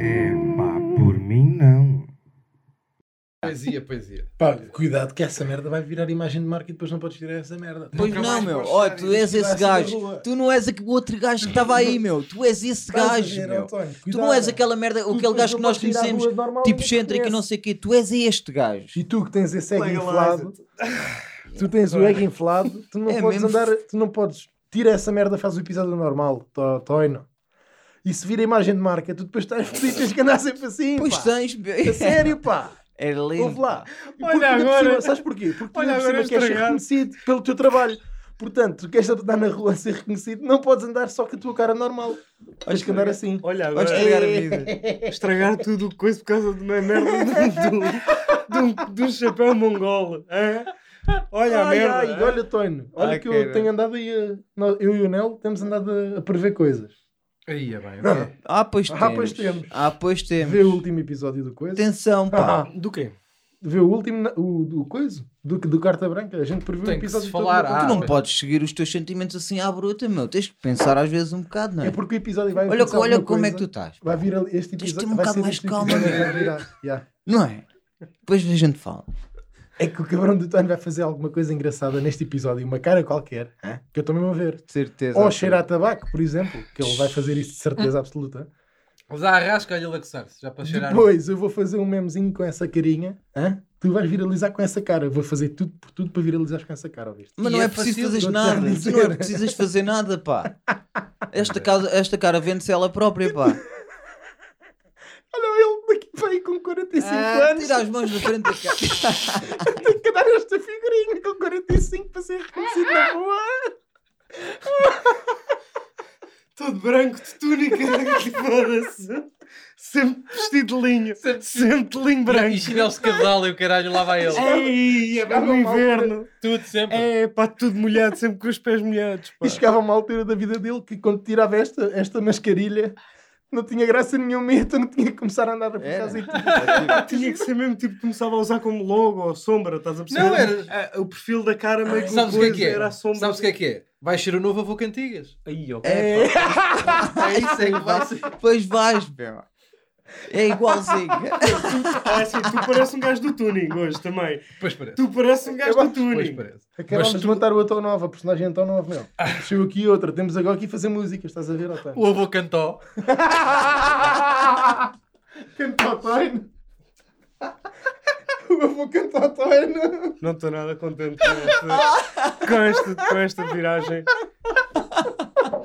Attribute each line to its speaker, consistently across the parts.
Speaker 1: É pá, por mim não.
Speaker 2: Poesia, poesia.
Speaker 3: Pá, cuidado que essa merda vai virar imagem de marca e depois não podes tirar essa merda.
Speaker 4: Pois
Speaker 2: Nunca
Speaker 4: não,
Speaker 2: mais
Speaker 4: meu.
Speaker 2: podes
Speaker 4: Ó,
Speaker 2: sair
Speaker 4: tu és esse
Speaker 3: Estás na
Speaker 4: gajo.
Speaker 3: rua.
Speaker 4: Tu não és aquele outro gajo que estava aí, meu. Tu és esse
Speaker 3: Estás a
Speaker 4: gajo,
Speaker 3: ver,
Speaker 4: meu.
Speaker 3: António?
Speaker 4: Tu
Speaker 3: Cuidado.
Speaker 4: não és aquela merda, aquele
Speaker 3: depois
Speaker 4: gajo
Speaker 3: não
Speaker 4: que nós
Speaker 3: podes ir à
Speaker 4: conhecemos,
Speaker 3: rua normal,
Speaker 4: tipo
Speaker 3: ninguém te
Speaker 4: excêntrico e não
Speaker 3: conhece.
Speaker 4: sei o quê. Tu és este gajo.
Speaker 3: E tu que tens esse ego
Speaker 2: Legalize
Speaker 3: inflado, tu tens o ego inflado, tu não
Speaker 4: É
Speaker 3: podes
Speaker 4: mesmo.
Speaker 3: andar, tu não podes, tira essa merda, faz o episódio normal, to- Toino. E se vira imagem de marca, tu depois estás feliz, tens que andar sempre assim.
Speaker 4: Pois
Speaker 3: pá.
Speaker 4: tens,
Speaker 3: A sério, pá!
Speaker 4: É
Speaker 3: Ouve
Speaker 4: lindo.
Speaker 3: lá! E
Speaker 2: Olha
Speaker 3: porque ainda por
Speaker 2: agora.
Speaker 3: Cima, sabes porquê? Porque tu
Speaker 2: Olha
Speaker 3: ainda por
Speaker 2: agora
Speaker 3: cima queres ser
Speaker 2: estragado.
Speaker 3: reconhecido pelo teu trabalho. Portanto, tu queres andar na rua a ser reconhecido, não podes andar só com a tua cara normal. Tens que andar assim.
Speaker 2: Olha
Speaker 4: Vais
Speaker 2: agora.
Speaker 4: estragar a vida.
Speaker 2: Estragar tudo o coisa por causa de uma merda de um, de um- de um chapéu mongol. hã? Olha a
Speaker 3: Ai,
Speaker 2: merda.
Speaker 3: ai,
Speaker 2: hã?
Speaker 3: olha, Toino, olha
Speaker 2: Ai,
Speaker 3: que eu
Speaker 2: cara.
Speaker 3: tenho andado aí, a- nós- eu e o Nel temos andado a- a prever coisas.
Speaker 2: Aí é bem. ok.
Speaker 4: Ah, pois temos.
Speaker 3: Ah, pois temos.
Speaker 4: Ah, pois temos.
Speaker 3: Vê o último episódio do Coisa.
Speaker 4: Atenção, pá.
Speaker 3: Ah,
Speaker 2: Do quê?
Speaker 3: vê o último, na- o, do Coisa, do, do Carta Branca. A gente previu o
Speaker 2: Tem que
Speaker 3: episódio
Speaker 2: se
Speaker 3: todo
Speaker 2: falar,
Speaker 3: na-
Speaker 2: ah.
Speaker 4: Tu não
Speaker 2: pois.
Speaker 4: podes seguir os teus sentimentos assim à bruta, meu. Tens que pensar às vezes um bocado, não é?
Speaker 3: É porque o episódio vai
Speaker 4: Olha,
Speaker 3: começar
Speaker 4: olha
Speaker 3: alguma
Speaker 4: como é
Speaker 3: coisa.
Speaker 4: que tu estás.
Speaker 3: Vai vir ali- este
Speaker 4: Tens de ter
Speaker 3: episódio.
Speaker 4: um
Speaker 3: vai
Speaker 4: bocado
Speaker 3: ser tipo
Speaker 4: mais
Speaker 3: este
Speaker 4: calma,
Speaker 3: episódio
Speaker 4: meu.
Speaker 3: que vai virar. Yeah.
Speaker 4: Não é? Depois a gente fala.
Speaker 3: É que o cabrão do Tano vai fazer alguma coisa engraçada neste episódio, uma cara qualquer, que eu estou mesmo a ver.
Speaker 4: certeza.
Speaker 3: Ou cheirar a tabaco, por exemplo, que ele vai fazer isso de certeza absoluta.
Speaker 2: Mas a arrasca, olha laxar-se. Já para cheirar.
Speaker 3: Depois eu vou fazer um memezinho com essa carinha. hã? Tu vais viralizar com essa cara. Eu vou fazer tudo por tudo para viralizar com essa cara, ouviste?
Speaker 4: Mas
Speaker 2: E
Speaker 4: não é,
Speaker 2: é
Speaker 4: preciso
Speaker 2: fácil,
Speaker 4: fazeres
Speaker 3: vou-te já
Speaker 4: nada. Tu
Speaker 3: dizer.
Speaker 4: não é precisas fazer nada, pá. Esta, casa, esta cara vende-se ela própria, pá.
Speaker 3: Olha, ele daqui veio com 45
Speaker 4: Ah,
Speaker 3: anos.
Speaker 4: tira as mãos da frente da cara.
Speaker 3: Tem que dar esta figurinha com 45 para ser reconhecido na rua.
Speaker 2: Todo branco, de túnica. que Foda-se. Sempre vestido de linho. Sempre de linho branco.
Speaker 5: E chinelos de casal e o caralho, lá vai ele.
Speaker 2: Ei, é bem
Speaker 3: Chegava
Speaker 2: no
Speaker 3: uma altura-
Speaker 2: inverno.
Speaker 5: Tudo sempre.
Speaker 2: É, pá, tudo molhado, sempre com os pés molhados. Pá.
Speaker 3: E chegava uma altura da vida dele que quando tirava esta, esta mascarilha não tinha graça nenhuma e então tinha que começar a andar a
Speaker 4: Era.
Speaker 3: fazer tudo.
Speaker 2: Tinha que ser mesmo tipo que começava a usar como logo ou sombra, estás a perceber?
Speaker 5: Não, era-
Speaker 2: Ah, o perfil da cara meio que
Speaker 5: Sabes o que é
Speaker 2: coisa,
Speaker 5: que é?
Speaker 2: era a sombra.
Speaker 5: Sabes o que é que é? Vai ser o novo avô Cantigas.
Speaker 2: Aí, ok.
Speaker 4: É, pá,
Speaker 5: É isso aí que vai ser.
Speaker 4: Pois vais, meu. É igualzinho.
Speaker 2: Ah, sim, tu parece um gajo do tuning hoje também.
Speaker 5: Pois parece.
Speaker 2: Tu parece um gajo do
Speaker 5: Pois
Speaker 2: tuning.
Speaker 5: parece.
Speaker 3: Acabámos de
Speaker 5: Mas tu- Ah.
Speaker 3: montar o Atão Nova, a personagem Atão Nova, meu. Chegou aqui outra, temos agora aqui a fazer música, estás a ver, Otano?
Speaker 5: O avô cantou.
Speaker 3: Canta Otano! O avô canta Otano!
Speaker 2: Não estou nada contente com esta, com esta, com esta viragem.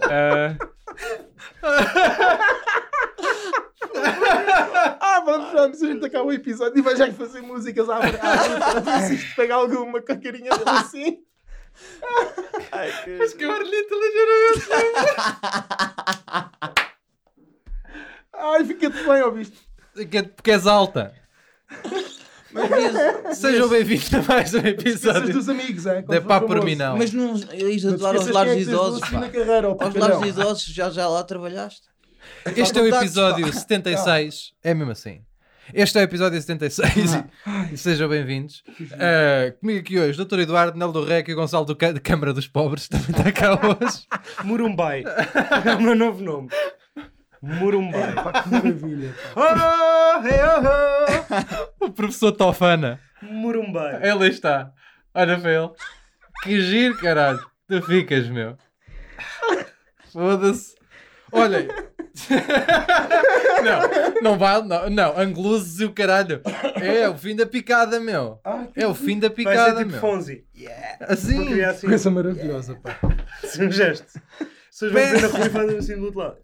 Speaker 2: Ah,
Speaker 3: Ah, vamos, vamos, a gente acaba o episódio e vai já fazer músicas à à- à- a ver se isto pega alguma cacarinha dele assim.
Speaker 5: Mas que barulhito
Speaker 3: é
Speaker 5: ligeiramente.
Speaker 3: Ai, fica-te bem, ouviste?
Speaker 5: Que é- Porque és alta.
Speaker 4: Mas, mesmo- é
Speaker 5: Sejam bem-vindos a mais um
Speaker 3: Esqueças
Speaker 5: episódio.
Speaker 3: dos amigos, é?
Speaker 5: De pá por mim não.
Speaker 4: mas não ias ajudar aos
Speaker 3: esqueças
Speaker 4: lares
Speaker 3: quem é que tens
Speaker 4: idosos,
Speaker 3: doce
Speaker 4: pá.
Speaker 3: na carreira, ó,
Speaker 4: Aos
Speaker 3: pancalhão.
Speaker 4: lares idosos já, já lá trabalhaste.
Speaker 5: Este é o
Speaker 4: Contactos,
Speaker 5: episódio 76. É mesmo assim. Este é o episódio 76. E Sejam bem-vindos. Ah, comigo aqui hoje, Dr. Eduardo, Nel do Reco e Gonçalo do Ca- de Câmara dos Pobres. Também está cá hoje.
Speaker 2: Murumbai. É o meu novo nome. Murumbai.
Speaker 3: Pá, que maravilha. pá.
Speaker 5: Oh, hey, oh, oh. O professor Tofana.
Speaker 2: Murumbai.
Speaker 5: Ele está. Olha para ele. Que giro, caralho. Tu ficas, meu. Foda-se. Olhem. não, não vale, não, não, anglusos e o caralho. É o fim da picada, meu. É o fim da
Speaker 2: Vai ser
Speaker 5: picada,
Speaker 2: tipo
Speaker 5: meu.
Speaker 2: Fonzi. Vou
Speaker 5: Assim,
Speaker 2: criar assim,
Speaker 3: Coisa maravilhosa, pá.
Speaker 2: assim um gesto. As pessoas vão ver na rua e fazem assim do outro lado.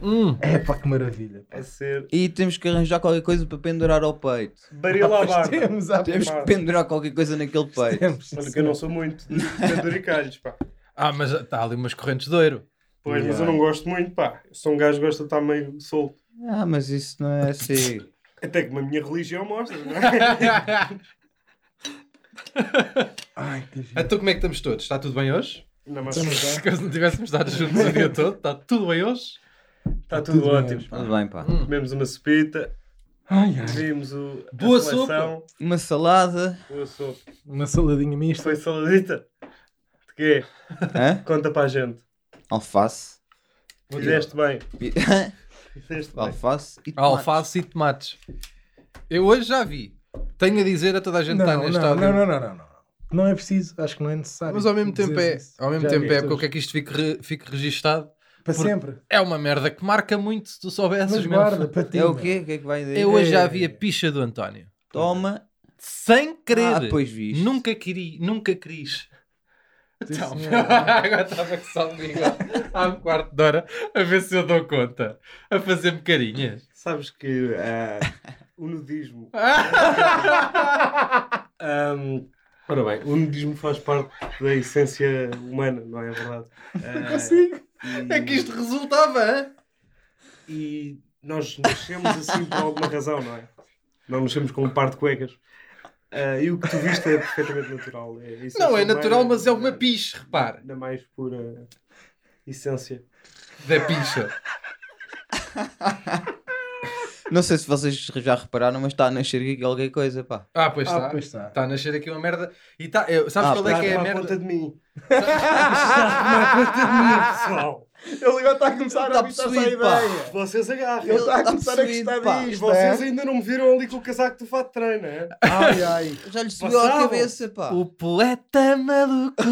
Speaker 5: hum,
Speaker 3: É pá, que maravilha. pá.
Speaker 2: Vai ser
Speaker 4: E temos que arranjar qualquer coisa para pendurar ao peito.
Speaker 2: Barila à barba.
Speaker 3: Temos a
Speaker 4: Temos que pendurar qualquer coisa naquele peito.
Speaker 3: Temos.
Speaker 2: Olha que eu não sou muito de penduricalhos, pá.
Speaker 5: Ah, mas está ali umas correntes de ouro.
Speaker 2: Pois, mas eu não gosto muito, pá. Eu sou um gajo que gosta de estar meio solto.
Speaker 4: Ah, mas isso não é assim.
Speaker 2: Até que a minha religião mostra, não é?
Speaker 3: Ai, que giro.
Speaker 5: então como é que estamos todos? Está tudo bem hoje?
Speaker 2: Não, mas
Speaker 3: Estamos
Speaker 5: Se não tivéssemos estado juntos o dia todo, está tudo bem hoje?
Speaker 2: está Tá tudo
Speaker 3: Tá bem,
Speaker 2: ótimo.
Speaker 4: Tudo bem, pá.
Speaker 2: Comemos uma sopita.
Speaker 3: Ai, ai.
Speaker 2: Vimos o, a
Speaker 5: Boa
Speaker 2: seleção.
Speaker 4: Uma salada.
Speaker 2: Boa sopa.
Speaker 3: Uma saladinha mista.
Speaker 2: Foi saladita? De quê?
Speaker 4: Hã?
Speaker 2: Conta para a gente.
Speaker 4: Alface.
Speaker 2: Fizeste bem.
Speaker 4: Pi-
Speaker 2: Fizeste bem.
Speaker 4: alface e tomates.
Speaker 5: Alface e tomates. Eu hoje já vi. Tenho a dizer a toda a gente
Speaker 3: Não,
Speaker 5: que está
Speaker 3: não,
Speaker 5: neste
Speaker 3: não,
Speaker 5: áudio.
Speaker 3: não, não, não, não. Não é preciso, acho que não é necessário.
Speaker 5: Mas ao mesmo tempo é,
Speaker 3: dizeres isso.
Speaker 5: ao mesmo
Speaker 3: Já
Speaker 5: tempo
Speaker 3: viste
Speaker 5: é porque eu
Speaker 3: hoje.
Speaker 5: quero que isto fique, re, fique registado.
Speaker 3: Para
Speaker 5: porque-
Speaker 3: sempre.
Speaker 5: É uma merda que marca muito se tu soubesses
Speaker 3: Mas
Speaker 5: mesmo.
Speaker 3: guarda, para ti.
Speaker 4: É o
Speaker 3: meu.
Speaker 4: quê? O que é que vai dizer?
Speaker 5: Eu hoje já
Speaker 3: É.
Speaker 5: vi a picha do António.
Speaker 4: Toma.
Speaker 5: Sem querer.
Speaker 4: Ah, pois vi.
Speaker 5: Nunca queri, nunca quis.
Speaker 3: Sim,
Speaker 5: Então,
Speaker 3: senhor.
Speaker 5: agora estava com só comigo há um quarto de hora a ver se eu dou conta. A fazer-me carinhas.
Speaker 2: Sabes que ah, o nudismo. Ahm, ora bem, o nudismo faz parte da essência humana, não é verdade? Ah,
Speaker 3: Consigo.
Speaker 2: e-
Speaker 5: É que isto resultava, hã?
Speaker 2: E nós nascemos assim por alguma razão, não é? Não nascemos com um par de cuecas. Ah, e o que tu viste é perfeitamente natural. É essência
Speaker 5: Não, é
Speaker 2: humana,
Speaker 5: natural, mas é uma
Speaker 2: na-
Speaker 5: picha, repare.
Speaker 2: Na mais pura essência.
Speaker 5: Da picha.
Speaker 4: Não sei se vocês já repararam, mas está a nascer aqui qualquer coisa, pá.
Speaker 5: Ah, pois
Speaker 3: Ah,
Speaker 5: está.
Speaker 3: pois está.
Speaker 5: Está a nascer aqui uma merda. E tá, eu- sabes
Speaker 4: Ah,
Speaker 5: qual
Speaker 4: tá,
Speaker 5: é que é
Speaker 2: Está
Speaker 5: a
Speaker 2: a tomar
Speaker 5: merda?
Speaker 2: conta de mim. Está a tomar conta de mim, pessoal.
Speaker 3: Ele agora está a começar
Speaker 4: Ele tá
Speaker 3: a habitar essa
Speaker 4: possuído, pá.
Speaker 3: ideia.
Speaker 2: Vocês agarram.
Speaker 3: Ele está a
Speaker 4: tá
Speaker 3: começar a
Speaker 4: possuído,
Speaker 3: gostar
Speaker 4: pá.
Speaker 3: disto.
Speaker 2: Vocês
Speaker 3: é?
Speaker 2: ainda não me viram ali com o casaco do fato de treino, não é?
Speaker 3: Ai, ai.
Speaker 4: Já lhe subiu à
Speaker 2: Passava.
Speaker 4: cabeça, pá.
Speaker 5: O poeta maluco.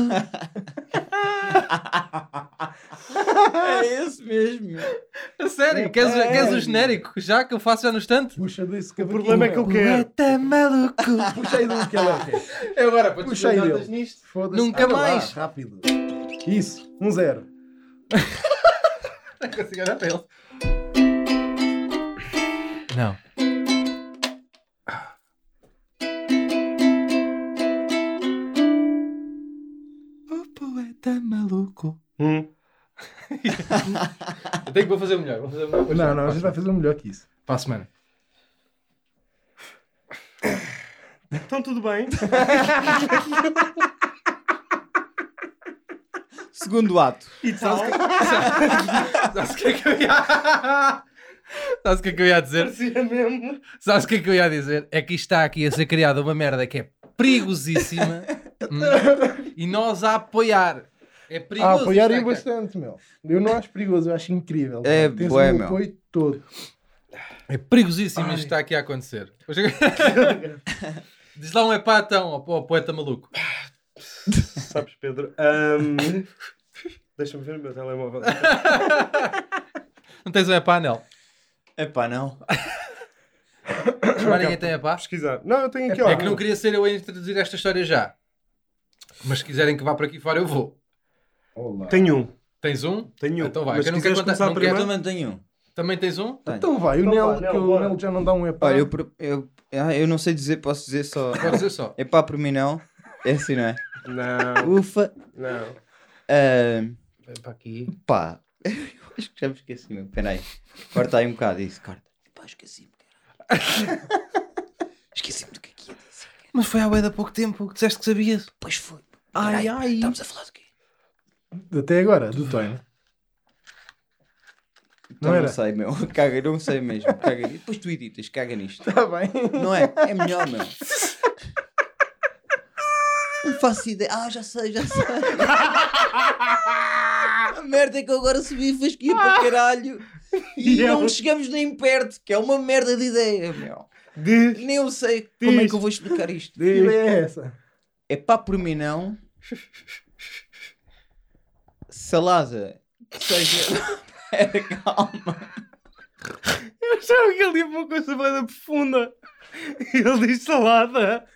Speaker 4: É esse mesmo.
Speaker 5: A sério, queres, queres o genérico? Já que eu faço já no instante?
Speaker 3: Puxa desse
Speaker 2: O problema é que eu quero.
Speaker 5: Poeta maluco.
Speaker 3: Puxa aí do que ela quer.
Speaker 5: É agora, para tu
Speaker 3: Puxa aí
Speaker 5: notas
Speaker 3: dele.
Speaker 5: nisto.
Speaker 3: Foda-se.
Speaker 5: Nunca
Speaker 3: Anda lá,
Speaker 5: mais.
Speaker 3: Rápido. Isso. Um zero.
Speaker 5: Não consigo olhar para ele. Não. O poeta maluco.
Speaker 2: Hum.
Speaker 5: Eu tenho que vou fazer melhor. Vou fazer melhor.
Speaker 3: Não, não. A gente vai fazer um melhor que isso.
Speaker 5: Para a semana.
Speaker 2: Então tudo bem.
Speaker 4: Segundo ato.
Speaker 2: E tal.
Speaker 5: Sabes o que é que eu ia. Sabes o que é que eu ia dizer?
Speaker 2: Parecia mesmo.
Speaker 5: Sabes o que é que eu ia dizer? É que isto está aqui a ser criada uma merda que é perigosíssima hum, e nós a apoiar. É
Speaker 3: Ah,
Speaker 5: perigoso.
Speaker 3: apoiarem
Speaker 5: isto está cá.
Speaker 3: bastante, meu. Eu não acho perigoso, eu acho incrível.
Speaker 4: É
Speaker 3: pá. Tens
Speaker 4: bué,
Speaker 3: o
Speaker 4: meu.
Speaker 3: apoio todo.
Speaker 5: É perigosíssimo isto que está aqui a acontecer. Diz lá um epá então ao, ao poeta maluco.
Speaker 2: Sabes, Pedro?
Speaker 5: hum,
Speaker 2: ahm, Deixa-me ver o meu telemóvel.
Speaker 5: Não tens um epá, Anel?
Speaker 4: É pá, não.
Speaker 5: Mas ninguém tem epá?
Speaker 2: Pesquisar. Não, eu tenho aqui, ó.
Speaker 5: É que não queria ser eu a introduzir esta história já. Mas se quiserem que vá para aqui fora, eu vou.
Speaker 3: Olá.
Speaker 2: Tenho um.
Speaker 5: Tenho um?
Speaker 2: Tenho um.
Speaker 5: Então vai,
Speaker 2: Mas
Speaker 5: que eu não
Speaker 2: se
Speaker 5: quero
Speaker 2: quiseres começar
Speaker 5: contar- não
Speaker 4: Eu
Speaker 5: quero
Speaker 2: primeiro...
Speaker 4: também tenho um.
Speaker 5: Também tens um?
Speaker 3: Então vai, o
Speaker 2: Então
Speaker 3: Nel,
Speaker 2: vá, Nel,
Speaker 3: que o
Speaker 2: bora.
Speaker 3: Nel já não dá um é
Speaker 4: Olha,
Speaker 3: para.
Speaker 4: eu, pro- eu, ah, eu não sei dizer, posso dizer só.
Speaker 5: Pode dizer só.
Speaker 4: É pá, por mim não. É assim, não é?
Speaker 2: Não,
Speaker 4: Ufa.
Speaker 2: não.
Speaker 4: Ah,
Speaker 5: Vem para aqui.
Speaker 4: pá. Eu acho que já me esqueci, meu. Peraí. Corta aí um bocado isso, corta. Pá, esqueci-me, caralho. Esqueci-me do que é que ia dizer.
Speaker 5: Mas foi há bué de há pouco tempo que disseste que sabias.
Speaker 4: Pois foi.
Speaker 5: Ai,
Speaker 4: Peraí,
Speaker 5: ai.
Speaker 4: Estamos a falar do quê?
Speaker 3: Até agora, do Toino.
Speaker 4: Então não,
Speaker 3: era?
Speaker 4: sei, meu. Caga, não sei mesmo. Caga. E Depois tu editas, caga nisto.
Speaker 3: Está bem.
Speaker 4: Não é? É melhor, meu. Não faço ideia. Ah, já sei, já sei. A merda é que eu agora subi fasquia para caralho e
Speaker 2: E
Speaker 4: não
Speaker 2: eu-
Speaker 4: chegamos nem perto, que é uma merda de ideia, meu.
Speaker 2: Diz.
Speaker 4: Nem eu sei como é
Speaker 2: Diz.
Speaker 4: que eu vou explicar isto.
Speaker 3: Que
Speaker 2: Diz.
Speaker 3: ideia é essa?
Speaker 4: É pá por mim não. Salada. Que seja. Pera, calma.
Speaker 2: Eu achava que ele ia para uma coisa bem profunda. Ele diz salada.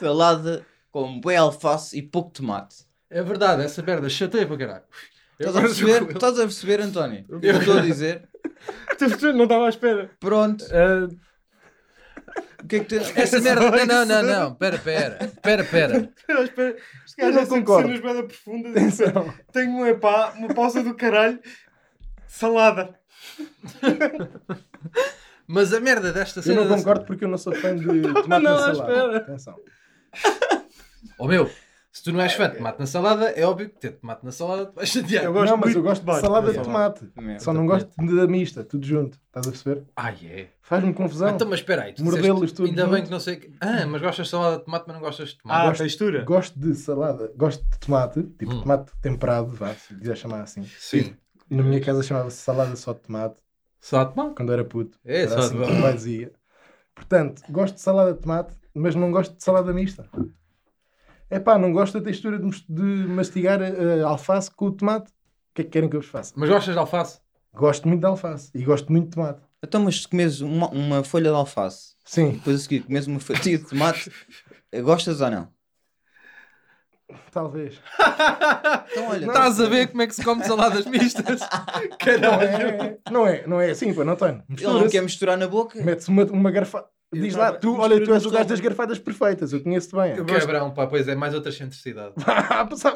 Speaker 4: Salada com bué alface e pouco tomate.
Speaker 5: É verdade, essa merda chateia para caralho. Eu
Speaker 4: Estás a
Speaker 5: agora sou
Speaker 4: perceber?
Speaker 5: eu.
Speaker 4: Estás a perceber, António? O que eu estou a dizer?
Speaker 2: Tu- tu Não estava à espera.
Speaker 4: Pronto.
Speaker 2: Ah,
Speaker 4: O que é que tu...
Speaker 5: Essa merda. Não, não, não, não. Pera, pera. Pera, pera.
Speaker 2: espera, espera. Este
Speaker 3: Eu
Speaker 2: gajo
Speaker 3: não
Speaker 5: assim
Speaker 2: é sempre
Speaker 3: concordo.
Speaker 2: cenas bem profundas.
Speaker 3: Atenção.
Speaker 2: Tenho um epá, uma pausa do caralho. Salada.
Speaker 5: Mas a merda desta
Speaker 3: Eu
Speaker 5: cena.
Speaker 3: não
Speaker 5: dessa-
Speaker 3: concordo porque eu não sou fã de tomate
Speaker 2: não
Speaker 3: na
Speaker 2: à
Speaker 3: salada.
Speaker 2: espera.
Speaker 3: Atenção.
Speaker 5: Oh meu, Se tu não és fã de tomate na salada, é óbvio que ter tomate na salada te vai chatear.
Speaker 2: Eu gosto
Speaker 3: não, mas
Speaker 2: muito
Speaker 3: eu gosto de
Speaker 2: tomate.
Speaker 3: salada de
Speaker 2: Exato.
Speaker 3: tomate.
Speaker 4: Meu,
Speaker 3: Só não gosto da mista, tudo junto. Estás a perceber?
Speaker 5: Ah, é?
Speaker 3: Faz-me
Speaker 5: Ah,
Speaker 3: confusão.
Speaker 5: Então, mas espera aí. tu
Speaker 3: Mordê-los
Speaker 5: disseste,
Speaker 3: todos
Speaker 5: Ainda bem
Speaker 3: juntos.
Speaker 5: que não sei... que- Ah, mas gostas de salada de tomate, mas não gostas de
Speaker 2: Ah,
Speaker 5: tomate.
Speaker 2: a textura.
Speaker 3: Gosto de salada, gosto de tomate, tipo
Speaker 5: Hum.
Speaker 3: tomate temperado, vá, se quiser chamar assim.
Speaker 5: Sim.
Speaker 3: Na minha casa chamava-se salada só de tomate,
Speaker 5: Só de tomate.
Speaker 3: quando era puto.
Speaker 5: É,
Speaker 3: era
Speaker 5: só de
Speaker 3: assim que
Speaker 5: tomate.
Speaker 3: o pai dizia. Portanto, gosto de salada de tomate, mas não gosto de salada mista. É pá, não gosto da textura de, mos- de mastigar eh, alface com o tomate. O que é que querem que eu vos faça?
Speaker 5: Mas gostas de alface?
Speaker 3: Gosto muito de alface e gosto muito de tomate.
Speaker 4: Então, mas se comes uma, uma folha de alface e
Speaker 3: Sim,
Speaker 4: depois a seguir comes uma fatia de tomate, gostas ou não?
Speaker 3: talvez.
Speaker 4: Então, olha,
Speaker 5: Estás a ver como é que se come saladas mistas?
Speaker 3: Não
Speaker 5: Caralho.
Speaker 3: é, não é, não é assim, pô, não tenho.
Speaker 4: ele não quer misturar na boca.
Speaker 3: Mete-se uma, uma garfada.
Speaker 2: Eu
Speaker 3: Diz
Speaker 2: tava-
Speaker 3: lá, tu,
Speaker 2: mistura
Speaker 3: olha, tu és o
Speaker 2: tudo.
Speaker 3: gajo das garfadas perfeitas, eu conheço-te bem. Ah,
Speaker 5: Eu Cabrão, pá, pois é, mais outra excentricidade.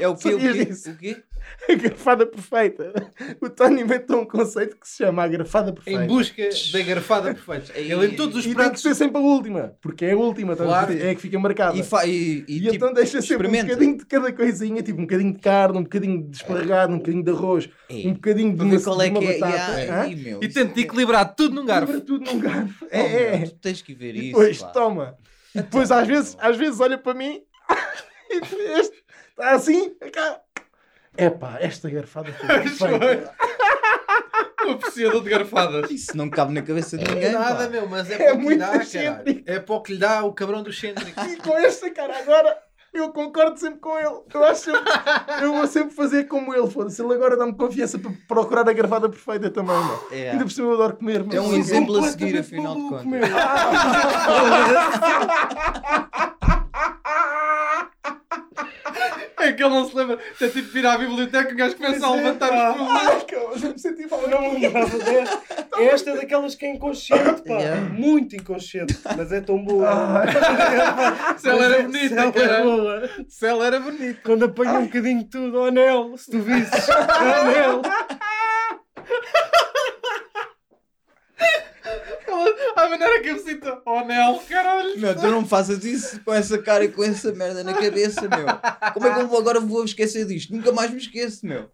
Speaker 4: É o quê? O quê?
Speaker 3: Disso?
Speaker 4: O quê?
Speaker 3: A garfada perfeita. O Tony inventou um conceito que se chama a garfada perfeita.
Speaker 5: Em busca da garfada perfeita. Ele em todos os
Speaker 3: e tem que
Speaker 5: pratos.
Speaker 3: ser sempre a última, porque é a última, estás a
Speaker 5: Claro.
Speaker 3: perceber? é a que fica marcada.
Speaker 4: E, fa- e, e,
Speaker 3: E
Speaker 4: tipo,
Speaker 3: então deixa sempre um
Speaker 4: experimenta.
Speaker 3: bocadinho de cada coisinha, tipo um bocadinho de carne, um bocadinho de esparregado, um bocadinho de arroz,
Speaker 4: Ei,
Speaker 3: um bocadinho de
Speaker 4: para
Speaker 3: uma,
Speaker 4: ver qual é
Speaker 3: de uma
Speaker 4: que é.
Speaker 3: batata.
Speaker 4: e,
Speaker 3: hã?
Speaker 4: e, meu,
Speaker 5: E
Speaker 4: isso
Speaker 5: tento
Speaker 4: é-
Speaker 5: equilibrar tudo num garfo.
Speaker 3: Lembra tudo num garfo.
Speaker 4: Oh, meu,
Speaker 3: É, é.
Speaker 4: Tu tens que ver
Speaker 3: E
Speaker 4: isso. Então,
Speaker 3: depois,
Speaker 4: pá.
Speaker 3: toma. E depois, às vezes, às vezes olha para mim e tu- este está assim, cá. Epá, esta garfada foi perfeita.
Speaker 5: O apreciador de garfadas.
Speaker 4: Isso não cabe na cabeça de ninguém.
Speaker 5: Nada,
Speaker 4: pá.
Speaker 5: meu, mas é
Speaker 3: É
Speaker 5: para o que lhe
Speaker 3: muito
Speaker 5: dá, caralho.
Speaker 3: excêntrico.
Speaker 5: É para o que lhe dá o cabrão do excêntrico.
Speaker 3: E com esta cara agora, eu concordo sempre com ele. Eu acho sempre- eu vou sempre fazer como ele, foda-se. Ele agora dá-me confiança para procurar a garfada perfeita também, mano.
Speaker 4: É.
Speaker 3: Ainda por cima eu adoro comer, mas
Speaker 4: É um
Speaker 3: eu-
Speaker 4: exemplo a seguir, afinal de
Speaker 2: Maluco,
Speaker 4: contas.
Speaker 2: meu.
Speaker 5: É que ele não se lembra. É tipo vir à biblioteca e o gajo começa a
Speaker 2: é,
Speaker 5: levantar os problemas.
Speaker 3: Ai, cara, eu já me senti mal.
Speaker 2: Não me lembrava desta.
Speaker 5: Tá
Speaker 2: Esta é daquelas que é inconsciente, pá.
Speaker 4: Yeah.
Speaker 2: Muito inconsciente. Mas é tão boa.
Speaker 5: Se ela Ah. era
Speaker 2: Se
Speaker 5: bonita,
Speaker 2: ela era
Speaker 5: caralho.
Speaker 2: boa.
Speaker 5: Se ela era bonita.
Speaker 2: Quando apanha um bocadinho de tudo, oh anel, se tu visses, oh anel.
Speaker 5: Ela- A maneira que eu me sinto. Oh, Nel, caralho.
Speaker 4: Meu, tu não me faças isso com essa cara e com essa merda na cabeça, meu. Como é que eu vou- agora vou esquecer disto? Nunca mais me esqueço, meu.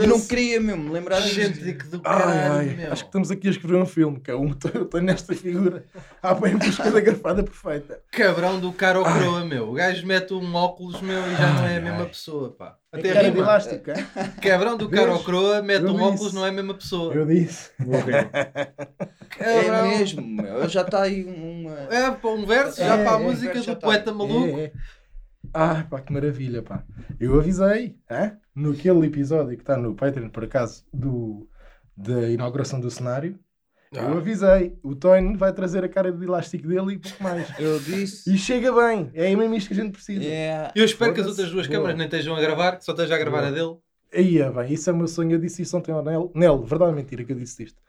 Speaker 4: E não queria mesmo me lembrar disto.
Speaker 5: Excêntrico do
Speaker 3: Ai,
Speaker 5: caralho,
Speaker 3: ai,
Speaker 5: meu.
Speaker 3: acho que estamos aqui a escrever um filme, que é um eu estou nesta figura. Há bem em busca da garfada perfeita.
Speaker 5: Cabrão do caro croa, meu. O gajo mete um óculos, meu, e já não é a mesma pessoa, pá. Até
Speaker 3: Cara de
Speaker 5: rima.
Speaker 3: elástico, é?
Speaker 5: Cabrão do caro
Speaker 3: Vês?
Speaker 5: croa, mete
Speaker 3: Eu
Speaker 5: um
Speaker 3: disse.
Speaker 5: óculos, não é a mesma pessoa.
Speaker 3: Eu é disse.
Speaker 4: É
Speaker 5: Cabrão.
Speaker 4: mesmo, meu. Já está aí uma.
Speaker 5: É, para um verso, já
Speaker 3: É,
Speaker 5: para a
Speaker 3: é,
Speaker 5: música
Speaker 4: verso já
Speaker 5: do
Speaker 4: tá.
Speaker 5: poeta maluco.
Speaker 3: É, é. Ah, pá, que maravilha, pá. Eu avisei, hã? naquele episódio que está no Patreon, por acaso, do, da inauguração do cenário. Eu avisei, o Tony vai trazer a cara de elástico dele e pouco mais.
Speaker 4: Eu disse.
Speaker 3: E chega bem, é mesmo isto que a gente precisa.
Speaker 4: É.
Speaker 5: Eu espero que as
Speaker 3: Foda-se.
Speaker 5: outras duas
Speaker 3: Boa.
Speaker 5: câmaras nem estejam a gravar, que só esteja a gravar a dele.
Speaker 3: Aí é bem, isso é o meu sonho. Eu disse isso ontem ao Nel. Nel, verdade ou mentira que eu disse isto?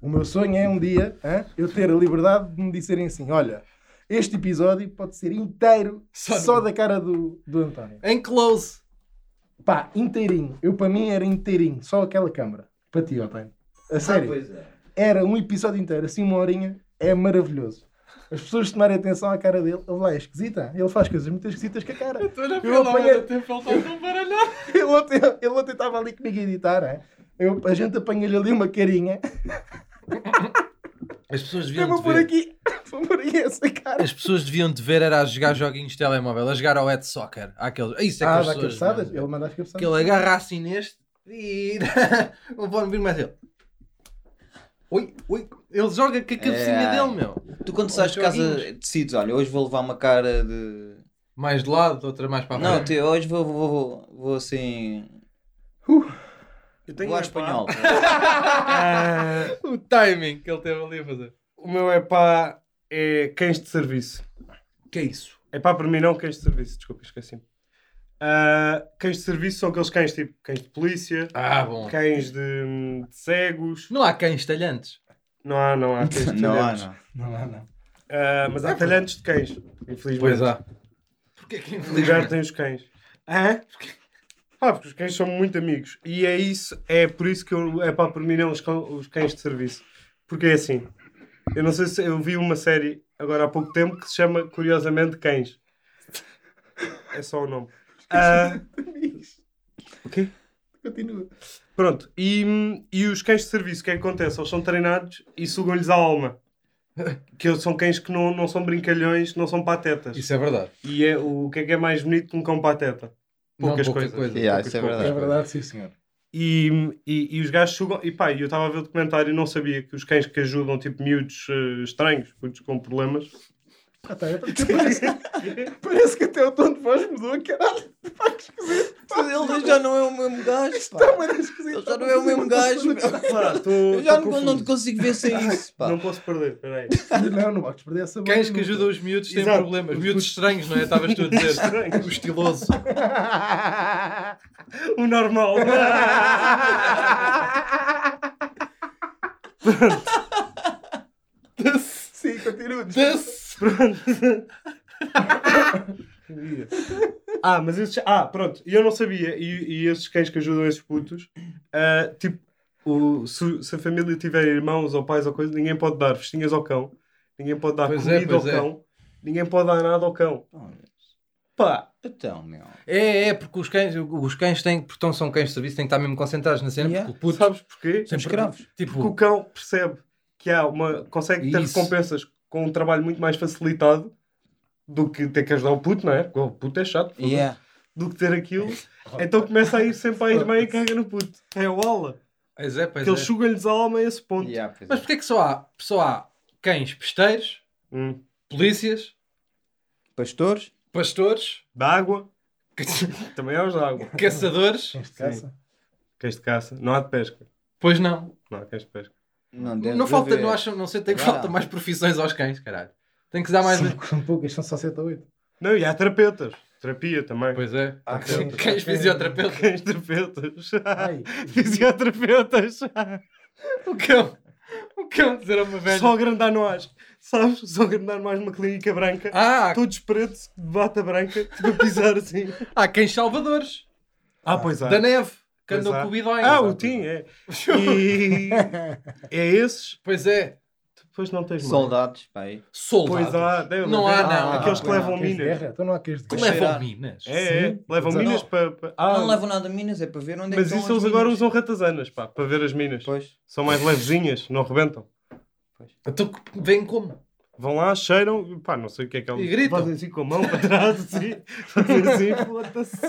Speaker 3: O meu sonho é um dia hã, eu ter a liberdade de me disserem assim: olha, este episódio pode ser inteiro
Speaker 5: Só
Speaker 3: só,
Speaker 5: no-
Speaker 3: da cara do, do António.
Speaker 5: Em close.
Speaker 3: Pá, inteirinho. Eu para mim era inteirinho, só aquela câmara. Para ti, Open. A sério. Era um episódio inteiro, assim uma horinha. É maravilhoso. As pessoas tomarem atenção à cara dele, ele lá é esquisita. Ele faz coisas muito esquisitas com a cara. Eu apanhei,
Speaker 5: tempo, ele está tão baralhado.
Speaker 3: Ele ontem, ele ontem estava ali comigo a editar, é? Eu, a gente apanha-lhe ali uma carinha.
Speaker 5: As pessoas deviam
Speaker 3: Vamos
Speaker 5: te
Speaker 3: por
Speaker 5: ver.
Speaker 3: aqui. Vamos por aí essa cara.
Speaker 5: As pessoas deviam te ver era a jogar joguinhos de telemóvel, a jogar ao Ed Soccer. Aqueles... Isso é que
Speaker 3: Ah,
Speaker 5: as
Speaker 3: dá
Speaker 5: pessoas
Speaker 3: cabeçadas?
Speaker 5: deviam
Speaker 3: Ele manda as
Speaker 5: ver.
Speaker 3: cabeçadas.
Speaker 5: Que ele agarra assim neste e o Bono vira mais ele. Oi, oi. Ele joga com a cabecinha
Speaker 4: É.
Speaker 5: dele, meu.
Speaker 4: Tu quando sais de casa decides, olha, hoje vou levar uma cara de.
Speaker 5: Mais de lado, outra mais para a
Speaker 4: Não,
Speaker 5: frente.
Speaker 4: te- hoje vou, vou, vou, vou assim.
Speaker 2: Uh. Eu tenho um
Speaker 4: Vou ao
Speaker 2: epá.
Speaker 4: espanhol.
Speaker 2: Ah,
Speaker 5: O timing que ele teve ali a fazer.
Speaker 2: o meu epá é cães de serviço.
Speaker 5: Que é isso?
Speaker 2: Epá para mim não cães de serviço, desculpa, esqueci-me. Ah, cães de serviço são aqueles cães tipo cães de polícia,
Speaker 5: Ah, bom.
Speaker 2: cães de, de cegos.
Speaker 5: Não há cães talhantes.
Speaker 2: Não há, não há cães de
Speaker 4: Não, há,
Speaker 2: talhantes.
Speaker 4: não. É
Speaker 3: Não, não, não.
Speaker 2: Ah, mas há talhantes de cães, infelizmente.
Speaker 5: Porquê que
Speaker 4: é.
Speaker 2: libertem os cães. Hã? Pá, porque os cães são muito amigos. E é isso, é por isso que eu, é pá, por mim não os, cão- os cães de serviço. Porque é assim, eu não sei se eu vi uma série agora há pouco tempo que se chama, curiosamente, Cães. É só o nome. Ah, o quê?
Speaker 3: Continua.
Speaker 2: Pronto, e, e os cães de serviço, o que é que acontece? Eles são treinados e sugam-lhes a alma. Que eles são cães que não, não são brincalhões, não são patetas.
Speaker 5: Isso é verdade.
Speaker 2: E é, o que é que é mais bonito que um cão pateta?
Speaker 5: Não,
Speaker 2: Poucas
Speaker 5: pouca
Speaker 2: coisas.
Speaker 5: coisa.
Speaker 4: Yeah, isso é
Speaker 5: Ah,
Speaker 3: É
Speaker 4: verdade.
Speaker 3: verdade, sim, senhor.
Speaker 2: E, e, e os gajos sugam. E pá, eu estava a ver o documentário e não sabia que os cães que ajudam, tipo miúdos eh, estranhos, miúdos com problemas.
Speaker 3: Ah, tá, é porque parece, parece que até o tom de voz mudou, caralho.
Speaker 4: Ele já não é o mesmo gajo, pá.
Speaker 3: Está mais esquisito.
Speaker 4: Ele já não é o mesmo gajo, meu.
Speaker 2: Pá, tô-
Speaker 4: Eu já
Speaker 2: tô
Speaker 4: não,
Speaker 2: confuso.
Speaker 4: não te consigo ver sem isso, pá.
Speaker 2: Não posso perder, peraí.
Speaker 3: Não, não podes perder essa
Speaker 5: Cães
Speaker 3: voz,
Speaker 5: que
Speaker 3: não.
Speaker 5: ajudam os miúdos têm
Speaker 2: Exato.
Speaker 5: problemas. Miúdos estranhos, não é? Estavas tu a dizer.
Speaker 2: Estranhos.
Speaker 5: O estiloso.
Speaker 2: O normal.
Speaker 3: Sim, continua.
Speaker 2: ah, mas esses. Ah, pronto. E eu não sabia. E, e esses cães que ajudam esses putos, ah, tipo, o- se, se a família tiver irmãos ou pais ou coisa, ninguém pode dar festinhas ao cão, ninguém pode dar
Speaker 5: Pois é,
Speaker 2: comida ao
Speaker 5: pois é.
Speaker 2: cão, ninguém pode dar nada ao cão. Pá,
Speaker 4: Então, meu.
Speaker 5: É, é, porque os cães, os cães têm, porque tão- são cães de serviço, têm que estar mesmo concentrados na cena.
Speaker 4: Yeah.
Speaker 5: Porque o puto
Speaker 2: sabes porquê?
Speaker 5: sempre-
Speaker 4: escravos.
Speaker 2: Porque o
Speaker 5: Tipo,
Speaker 2: cão percebe que há uma. consegue ter
Speaker 5: Isso.
Speaker 2: recompensas com um trabalho muito mais facilitado do que ter que ajudar o puto, não é? Porque o puto é chato. foda-se.
Speaker 4: Yeah.
Speaker 2: do que ter aquilo. Então começa a ir sempre à irmã e caga no puto. É o ala.
Speaker 5: pois é, pois
Speaker 2: Que
Speaker 5: é.
Speaker 2: eles sugam-lhes a alma a esse ponto.
Speaker 4: Yeah, pois é.
Speaker 5: Mas porquê que só há, só há cães pesteiros,
Speaker 2: Hum.
Speaker 5: polícias,
Speaker 4: Pastores?
Speaker 5: pastores,
Speaker 2: Da água.
Speaker 5: ca-
Speaker 2: Também é os da água.
Speaker 5: caçadores?
Speaker 3: Cães de caça.
Speaker 2: Cães de caça. Não há de pesca.
Speaker 5: Pois não.
Speaker 2: Não há cães de pesca.
Speaker 4: Não, deve
Speaker 5: Não, falta,
Speaker 4: haver.
Speaker 5: não, acham, não sei, tem que
Speaker 4: Não.
Speaker 5: falta mais profissões aos cães, caralho. Tem que se dar mais.
Speaker 3: São- São poucas, são só 7 ou 8.
Speaker 2: Não, e há terapeutas. Terapia também.
Speaker 5: Pois é.
Speaker 3: Há cães-
Speaker 5: Cães
Speaker 3: há cães-
Speaker 5: fisioterapeutas.
Speaker 2: Cães terapeutas.
Speaker 3: Ai,
Speaker 2: Fisioterapeutas.
Speaker 5: O cão. O cão dizer a uma velha.
Speaker 2: Só agrandar nós. Sabes? Só agrandar nós uma clínica branca.
Speaker 5: Ah,
Speaker 2: Todos pretos, de bata branca, tipo a pisar assim.
Speaker 5: há cães salvadores.
Speaker 2: Ah, pois há.
Speaker 5: Da neve. Que
Speaker 2: Pois
Speaker 5: andam
Speaker 2: há.
Speaker 5: com o bidói.
Speaker 2: Ah, o Tim, é. E é esses.
Speaker 5: Pois é.
Speaker 2: Depois não tens mais.
Speaker 4: Soldados, pá. aí.
Speaker 5: Soldados.
Speaker 2: Pois há, deve
Speaker 5: Não há,
Speaker 2: haver.
Speaker 5: não.
Speaker 2: Aqueles que
Speaker 4: Ah,
Speaker 2: levam
Speaker 3: cães de
Speaker 2: minas.
Speaker 3: guerra. Então não há cães de
Speaker 5: Que
Speaker 3: guerra.
Speaker 5: levam minas.
Speaker 2: É, é.
Speaker 3: Sim.
Speaker 2: Levam
Speaker 3: Não.
Speaker 2: minas para. para- Ah,
Speaker 4: Não levam nada a Minas, é para ver onde é que
Speaker 2: mas
Speaker 4: estão
Speaker 2: isso eles
Speaker 4: as
Speaker 2: agora
Speaker 4: minas.
Speaker 2: usam ratazanas, pá, para ver as minas.
Speaker 4: Pois.
Speaker 2: São mais levezinhas, não rebentam.
Speaker 5: Então vem como?
Speaker 2: Vão lá, cheiram, pá, não sei o que é que eles
Speaker 5: E gritam.
Speaker 2: Fazem assim com a mão para trás, assim. Fazem assim, foda-se.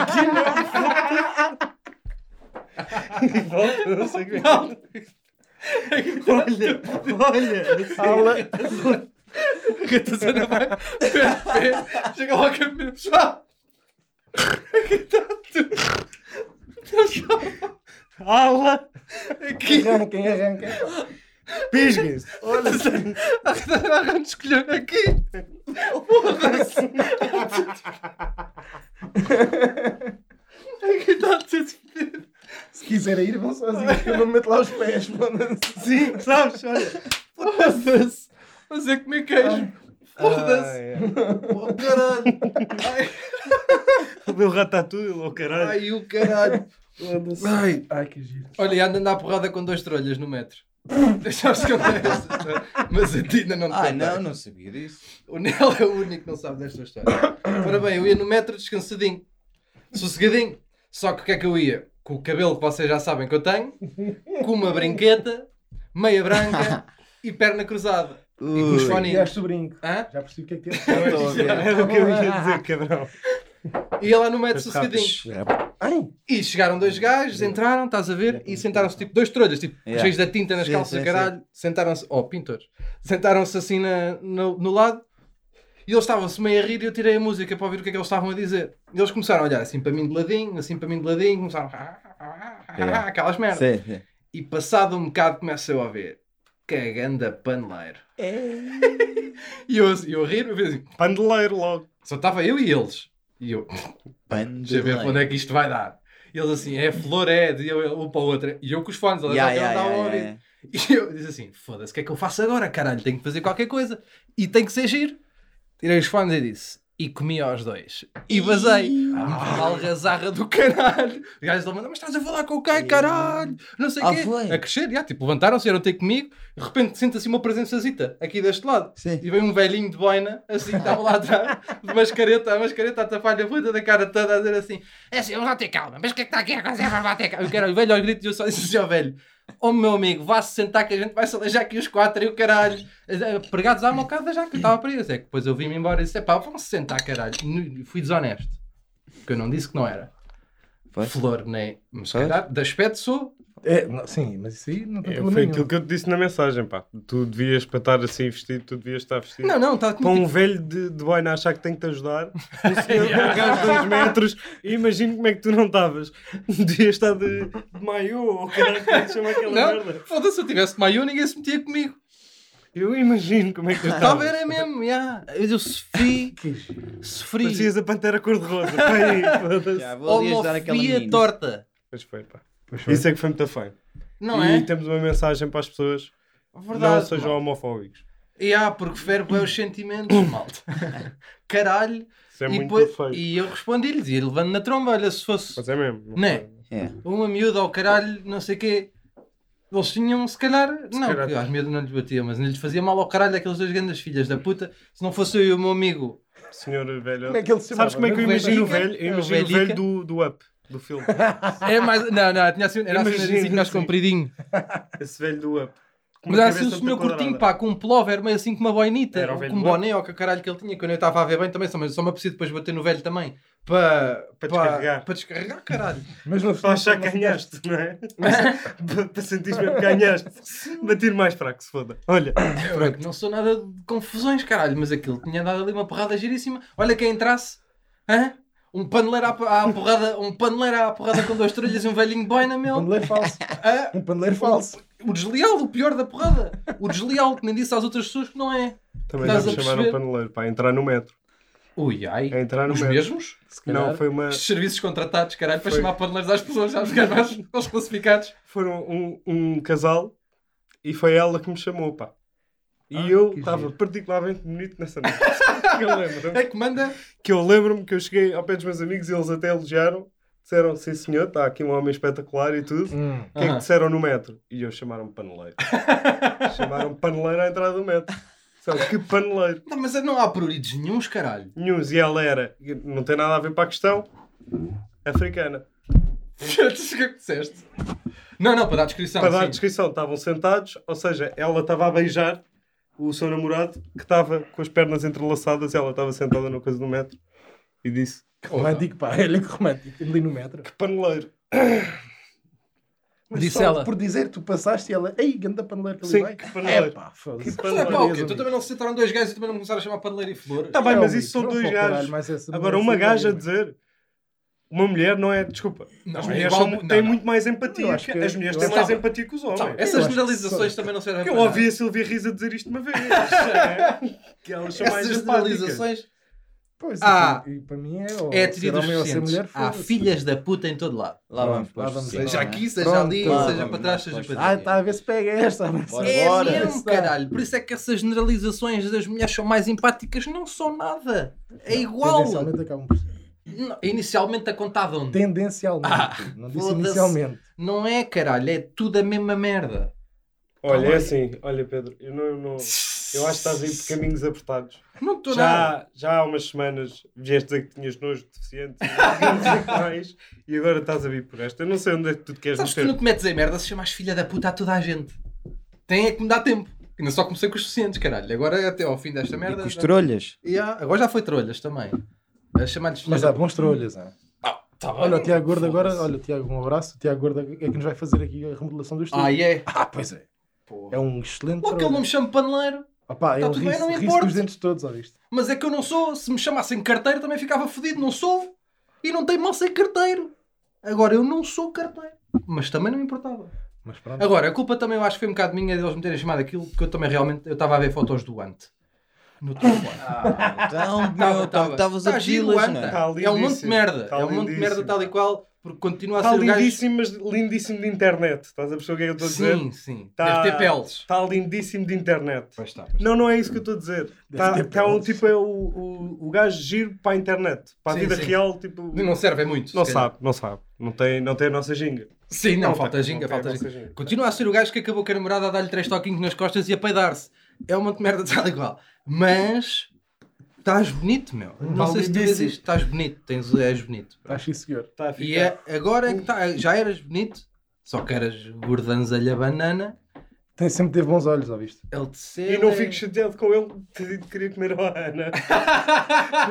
Speaker 2: Aqui não, foda-se. E volta, não sei o que é que Olha, olha. Assim.
Speaker 5: Ratazana vai. pé, pé, Chega lá ao caminho. pessoal.
Speaker 2: Ala,
Speaker 5: Aqui.
Speaker 3: Arranquem, arranquem.
Speaker 2: pisguem-se. Olha,
Speaker 5: A ratazana arranja os colhões. Aqui. Foda-se. Aqui está a ser despedido.
Speaker 3: Se quiserem ir, vão sozinhos. que Eu não meto lá os pés. foda-se.
Speaker 2: sim, sabes? Olha.
Speaker 5: Foda-se. Mas é comer queijo.
Speaker 2: Ah,
Speaker 5: Foda-se.
Speaker 2: é.
Speaker 5: Oh, caralho. Ai.
Speaker 2: O meu ratatouille, ou caralho.
Speaker 5: Ai, o caralho. Ai.
Speaker 3: Ai, que giro.
Speaker 5: Olha, e anda a andar à porrada com dois trolhas no metro. Deixaste que eu desse, Mas a ti ainda não te
Speaker 4: Ah,
Speaker 5: contei.
Speaker 4: não, não sabia disso.
Speaker 5: O Nel é o único que não sabe desta história. Ora bem, eu ia no metro descansadinho. Sossegadinho. Só que o que é que eu ia? Com o cabelo que vocês já sabem que eu tenho, com uma brinqueta, meia branca e perna cruzada. E com os
Speaker 4: Ui.
Speaker 3: E
Speaker 5: foninhos.
Speaker 3: acho brinco.
Speaker 5: Hã?
Speaker 3: Já percebi o que é que é.
Speaker 4: Já
Speaker 2: Então,
Speaker 4: estou a ver.
Speaker 2: Era o que eu ia dizer, cabrão.
Speaker 5: Ia lá no metro sossegadinho.
Speaker 3: Ai,
Speaker 5: E chegaram dois gajos, entraram, estás a ver, e sentaram-se tipo dois trolhas, tipo
Speaker 4: Yeah.
Speaker 5: cheios da tinta nas
Speaker 4: Sim,
Speaker 5: calças,
Speaker 4: sim,
Speaker 5: caralho. Sentaram-se, oh, pintores, sentaram-se assim na- no, no lado e eles estavam-se meio a rir e eu tirei a música para ouvir o que é que eles estavam a dizer. E eles começaram a olhar assim para mim de ladinho, assim para mim de ladinho, começaram
Speaker 4: Yeah.
Speaker 5: aquelas merdas.
Speaker 4: Sim, sim.
Speaker 5: E passado um bocado começo eu a ver que é ganda paneleiro.
Speaker 4: É.
Speaker 5: E eu, eu a rir, eu fiz assim,
Speaker 2: Pandeleiro logo.
Speaker 5: só estava eu e eles. E eu, Deixa eu ver para onde
Speaker 4: Bandeleiro.
Speaker 5: é que isto vai dar. E eles assim, é flor, é, de eu, um para o outro. E eu com os fones, eles
Speaker 4: Yeah,
Speaker 5: já
Speaker 4: yeah,
Speaker 5: andavam a
Speaker 4: yeah,
Speaker 5: ouvir.
Speaker 4: yeah.
Speaker 5: E eu disse assim, foda-se, o que é que eu faço agora, caralho? Tenho que fazer qualquer coisa. E tem que ser giro. Tirei os fones e disse, e comi aos dois. E vazei. Algazarra do caralho. Os gajos estão a mandar, mas estás a falar com o quem, caralho? Não sei o
Speaker 4: Ah,
Speaker 5: quê.
Speaker 4: foi?
Speaker 5: A crescer, já, tipo, levantaram-se, eram ter comigo. De repente sinto assim uma presençazita aqui deste lado.
Speaker 4: Sim.
Speaker 5: E veio um velhinho de boina, assim, que estava lá atrás, de mascareta, a mascareta a tapar-lhe a puta da cara toda, a dizer assim: é assim, vamos lá ter calma, mas o que é que está aqui a acontecer? Vamos lá ter calma. Eu quero, o velho aos gritos, e eu só disse assim ao velho: Ó meu amigo, vá-se sentar que a gente vai se aleijar aqui os quatro e o caralho. Eh, Pregados à mocada já que eu estava para isso. É que depois eu vim-me embora e disse: pá, vão-se sentar, caralho. Nu- Fui desonesto, porque eu não disse que não era.
Speaker 4: Pois.
Speaker 5: Flor, nem. Mas se
Speaker 4: Pois.
Speaker 5: calhar, de aspecto sou.
Speaker 3: É, não, sim, mas isso aí não tem
Speaker 2: É,
Speaker 3: problema
Speaker 2: foi
Speaker 3: nenhum.
Speaker 2: aquilo que eu te disse na mensagem, pá. Tu devias, para estar assim vestido, tu devias estar vestido.
Speaker 5: Não, tá não, está
Speaker 2: Para um velho de, de boina achar que tem que te ajudar, um senhor um gajo de dois metros, imagino como é que tu não estavas. Devias estar de, de maiô ou caralho, como é que se chama
Speaker 4: um
Speaker 2: aquela
Speaker 5: Não,
Speaker 2: merda.
Speaker 5: foda-se, se eu tivesse maiô, ninguém se metia comigo.
Speaker 2: Eu imagino como é que tu estavas.
Speaker 5: Estava era mesmo, já. Eu sofri, sofri
Speaker 2: Parecias a pantera cor-de-rosa. Foi aí,
Speaker 4: Já,
Speaker 2: foda-se.
Speaker 4: vou ali ajudar aquela
Speaker 5: homofobia
Speaker 4: menina.
Speaker 5: torta.
Speaker 2: Mas foi, pá.
Speaker 3: Pois foi.
Speaker 2: Isso é que foi muito feio.
Speaker 5: Não
Speaker 2: e
Speaker 5: é?
Speaker 2: temos uma mensagem para as pessoas:
Speaker 5: Verdade.
Speaker 2: não sejam
Speaker 5: malta.
Speaker 2: homofóbicos.
Speaker 5: E há, porque ferve bem os sentimentos, malta. Caralho.
Speaker 2: Isso é
Speaker 5: e,
Speaker 2: muito
Speaker 5: depois-
Speaker 2: feio.
Speaker 5: e eu respondi-lhes, e levando na tromba, olha, se fosse
Speaker 2: Mas é mesmo.
Speaker 5: Né?
Speaker 4: É.
Speaker 5: uma miúda ao caralho, não sei o quê. Eles tinham, se calhar, não,
Speaker 2: calhar.
Speaker 5: porque às medo não lhes batia, mas não lhes fazia mal ao caralho aqueles dois grandes filhas da puta. Se não fosse eu e o meu amigo,
Speaker 2: Senhor velho.
Speaker 3: Como é que ele se chama?
Speaker 2: Sabes como é que eu
Speaker 5: O
Speaker 2: imagino o
Speaker 5: velhica?
Speaker 2: velho? Eu
Speaker 5: É, o
Speaker 2: imagino o velho
Speaker 5: velhica.
Speaker 2: do, do Up, do filme.
Speaker 5: é mais. Não, não, tinha assim, era assim,
Speaker 2: Imagina,
Speaker 5: narizinho mais
Speaker 2: sim.
Speaker 5: compridinho.
Speaker 2: Esse velho do Up. Com
Speaker 5: Mas
Speaker 2: uma
Speaker 5: era assim o
Speaker 2: cabeça
Speaker 5: senhor
Speaker 2: toda quadrada.
Speaker 5: curtinho, pá, com um pullover meio assim com uma boinita,
Speaker 2: Era o
Speaker 5: ou
Speaker 2: velho
Speaker 5: com um
Speaker 2: do
Speaker 5: boné ou que caralho que ele tinha, quando eu estava a ver bem também, só, mas só me apetecia depois bater no velho também. Para,
Speaker 2: Para descarregar.
Speaker 5: Para descarregar, caralho.
Speaker 3: Mas não
Speaker 2: Para achar que ganhaste, não é? Para- Para sentir mesmo que ganhaste. Bater mais fraco, se foda. Olha,
Speaker 5: Eu é que não sou nada de confusões, caralho, mas aquilo tinha dado ali uma porrada giríssima. Olha quem entrasse. Hã? Um paneleiro à, à porrada, um paneleiro à porrada com duas trolhas e um velhinho boina,
Speaker 3: Um
Speaker 5: meu.
Speaker 3: paneleiro falso.
Speaker 5: Hã?
Speaker 3: Um paneleiro falso.
Speaker 5: O desleal, o pior da porrada. O desleal que nem disse às outras pessoas que não é.
Speaker 2: também já
Speaker 5: Estás
Speaker 2: me
Speaker 5: a
Speaker 2: chamaram
Speaker 5: perceber?
Speaker 2: paneleiro para entrar no metro.
Speaker 5: Ui, ai.
Speaker 2: A entrar no
Speaker 5: Os
Speaker 2: metro.
Speaker 5: mesmos?
Speaker 2: Não,
Speaker 3: calhar.
Speaker 2: foi uma.
Speaker 5: Estes serviços contratados, caralho, para
Speaker 2: Foi.
Speaker 5: chamar paneleiros às pessoas, sabes, que mais aos classificados.
Speaker 2: Foram um, um casal e foi ela que me chamou, pá. E
Speaker 3: Ah,
Speaker 2: eu
Speaker 3: que
Speaker 2: estava
Speaker 3: giro.
Speaker 2: particularmente bonito nessa noite. que eu lembro.
Speaker 5: É que manda.
Speaker 2: que eu lembro-me que eu cheguei ao pé dos meus amigos e eles até elogiaram. Disseram, sim senhor, está aqui um homem espetacular e tudo. O
Speaker 3: Hum.
Speaker 2: que é que
Speaker 5: Aham.
Speaker 2: disseram no metro? E eu chamaram-me paneleiro. chamaram-me paneleiro à entrada do metro. Disseram, que paneleiro.
Speaker 5: Não, mas não há pruridos nenhuns, caralho.
Speaker 2: News e ela era, não tem nada a ver para a questão, africana.
Speaker 5: o que é que disseste? Não, não, para dar a
Speaker 3: Ah,
Speaker 5: descrição.
Speaker 2: para dar a
Speaker 5: sim.
Speaker 2: descrição, estavam sentados, ou seja, ela estava a beijar o seu namorado que estava com as pernas entrelaçadas, ela estava sentada na coisa do metro e disse:
Speaker 3: Romântico, pá. Olha que é romântico. Ali no metro.
Speaker 2: Que paneleiro.
Speaker 3: Mas
Speaker 5: Disse
Speaker 3: só
Speaker 5: ela.
Speaker 3: Por dizer, tu passaste e ela. Ei, ganda paneleiro que ali
Speaker 2: Sim,
Speaker 3: vai.
Speaker 2: que paneleiro.
Speaker 3: É pá, foda-se.
Speaker 2: Que
Speaker 5: Mas é pá, o quê?
Speaker 2: paneleiro.
Speaker 5: Tu também não se sentaram dois gajos e também não começaram a chamar paneleiro e flor.
Speaker 2: Tá bem,
Speaker 3: É,
Speaker 2: mas
Speaker 3: amigo,
Speaker 2: isso são
Speaker 3: não
Speaker 2: dois
Speaker 3: vou ao caralho,
Speaker 2: gajos.
Speaker 3: mas essa
Speaker 2: Agora,
Speaker 3: mulher é assim
Speaker 2: uma
Speaker 3: sim,
Speaker 2: gaja a
Speaker 3: amigo.
Speaker 2: dizer. Uma mulher não é, desculpa.
Speaker 5: Não,
Speaker 2: as
Speaker 5: é
Speaker 2: mulheres
Speaker 5: igual-
Speaker 2: são-
Speaker 5: não,
Speaker 2: têm
Speaker 5: não.
Speaker 2: muito mais empatia.
Speaker 3: Eu acho
Speaker 2: que-
Speaker 3: que-
Speaker 2: as mulheres
Speaker 3: eu
Speaker 2: têm
Speaker 5: acho-
Speaker 2: mais
Speaker 5: Tá bem.
Speaker 2: empatia que os homens.
Speaker 5: Tá,
Speaker 3: Eu
Speaker 5: essas
Speaker 3: acho que
Speaker 5: generalizações
Speaker 3: só-
Speaker 5: também não servem
Speaker 2: Porque
Speaker 5: para
Speaker 2: eu ouvi
Speaker 5: nada.
Speaker 2: a Silvia Risa dizer isto uma vez. é, que elas são mais
Speaker 5: Essas
Speaker 2: empáticas.
Speaker 5: generalizações
Speaker 3: Pois,
Speaker 5: Ah,
Speaker 3: e, para mim é. Ou,
Speaker 5: é a
Speaker 3: ser
Speaker 5: teoria dos Ah,
Speaker 3: homem ou ser mulher.
Speaker 5: deficientes. Há
Speaker 3: foda-se.
Speaker 5: filhas da puta em todo lado. é?
Speaker 4: Lá vamos.
Speaker 3: Lá vamos
Speaker 4: Sim.
Speaker 5: Seja
Speaker 3: Não,
Speaker 5: aqui, seja
Speaker 3: Pronto,
Speaker 5: ali,
Speaker 3: lá,
Speaker 5: seja
Speaker 4: vamos,
Speaker 5: para
Speaker 4: vamos,
Speaker 5: trás, seja para
Speaker 4: vamos.
Speaker 3: Ah,
Speaker 5: trás.
Speaker 3: está a ver se pega esta. mas-
Speaker 4: Bora,
Speaker 5: É
Speaker 4: Agora.
Speaker 5: mesmo, caralho. Por isso é que essas generalizações das mulheres são mais empáticas não são nada. É igual.
Speaker 3: Tendencialmente acabam por ser.
Speaker 5: Não, inicialmente a contar de onde?
Speaker 3: Tendencialmente. não disse
Speaker 5: Ah, foda-se.
Speaker 3: inicialmente.
Speaker 5: Não é, caralho. É tudo a mesma merda.
Speaker 2: Olha, é assim, olha Pedro, eu, não, eu não- eu acho que estás aí por caminhos apertados.
Speaker 5: Não estou nada.
Speaker 2: Já, já há umas semanas vieste dizer que tinhas nojo de deficiente e não sei o que mais, e agora estás a vir por esta. Eu não sei onde é que tu te queres
Speaker 5: Sabes que tu não
Speaker 2: meter.
Speaker 5: te metes em merda se chamas filha da puta a toda a gente. Tem é que me dar tempo. Ainda só comecei com os suficientes, caralho. Agora é até ao fim desta
Speaker 4: E
Speaker 5: merda.
Speaker 4: com os
Speaker 5: já-
Speaker 4: trolhas.
Speaker 5: E há- agora já foi trolhas também. A chamar-lhes filha
Speaker 3: Mas
Speaker 5: da
Speaker 3: há
Speaker 5: puta.
Speaker 3: bons trolhas. ah.
Speaker 5: Tá bem.
Speaker 3: Olha, o Tiago Gordo agora.
Speaker 5: Foda-se.
Speaker 3: Olha, Tiago, um abraço. O Tiago Gordo é que nos vai fazer aqui a remodelação do estúdio.
Speaker 5: Ah, é.
Speaker 3: Ah, pois é.
Speaker 5: Porra.
Speaker 3: É um excelente.
Speaker 5: Ou que ele não me chama paneleiro.
Speaker 3: Opa,
Speaker 5: Tá
Speaker 3: ele
Speaker 5: tudo bem,
Speaker 3: ri-se
Speaker 5: não me
Speaker 3: ri-se
Speaker 5: importo.
Speaker 3: dos dentes todos, ouviste?
Speaker 5: Mas é que eu não sou. Se me chamassem carteiro também ficava fodido. Não sou. E não tem mal ser carteiro. Agora eu não sou carteiro. Mas também não me importava.
Speaker 3: Mas pronto.
Speaker 5: Agora, a culpa também eu acho que foi um bocado minha deles me terem chamado aquilo, porque eu também realmente. Eu estava a ver fotos do Ant. No telefone.
Speaker 4: Ah, então,
Speaker 5: Tava,
Speaker 4: meu,
Speaker 5: tava.
Speaker 4: estavas a
Speaker 5: Tá giro,
Speaker 4: pedi-las,
Speaker 5: Anta.
Speaker 4: não é?
Speaker 2: Tá
Speaker 5: É um monte de
Speaker 2: lindíssimo.
Speaker 5: merda.
Speaker 2: Tá
Speaker 5: é um monte de merda
Speaker 2: lindíssimo.
Speaker 5: tal e qual. Porque continua a
Speaker 2: Está
Speaker 5: ser o gajo.
Speaker 2: lindíssimo, mas lindíssimo de internet. Estás a perceber o que é que eu estou a dizer?
Speaker 5: Sim, sim.
Speaker 2: Tá-
Speaker 5: Deve ter peles.
Speaker 2: Está lindíssimo de internet.
Speaker 5: Pois está, pois
Speaker 2: Não, não é isso que eu estou a dizer. Está
Speaker 3: ter
Speaker 2: tá um
Speaker 3: pelos.
Speaker 2: tipo, é o, o, o gajo giro para a internet. Para a
Speaker 5: Sim,
Speaker 2: vida
Speaker 5: sim.
Speaker 2: real, tipo.
Speaker 5: está. Não serve, é muito.
Speaker 2: Não
Speaker 5: se calhar.
Speaker 2: sabe, não sabe. Não tem, não tem a nossa ginga.
Speaker 5: Sim, não,
Speaker 2: Não
Speaker 5: falta
Speaker 2: tem,
Speaker 5: ginga,
Speaker 2: não tem,
Speaker 5: falta
Speaker 2: não tem
Speaker 5: ginga.
Speaker 2: ginga.
Speaker 5: Continua a ser o gajo que acabou com a namorada a dar-lhe três toquinhos nas costas e a peidar-se. É uma merda tal e qual. Mas estás bonito, meu. Não sei se tu vês
Speaker 3: Validíssimo.
Speaker 5: isto. Estás bonito, tens, és bonito.
Speaker 3: Acho isso, senhor.
Speaker 2: Está Tá a
Speaker 5: E
Speaker 2: ficar.
Speaker 5: é, agora é que tá, já eras bonito, só que eras gordanzalha banana.
Speaker 3: Tem, sempre teve bons olhos, ouviste?
Speaker 5: LTC.
Speaker 2: E
Speaker 3: é-
Speaker 2: não fico chateado com ele ter dito que queria comer a Ana.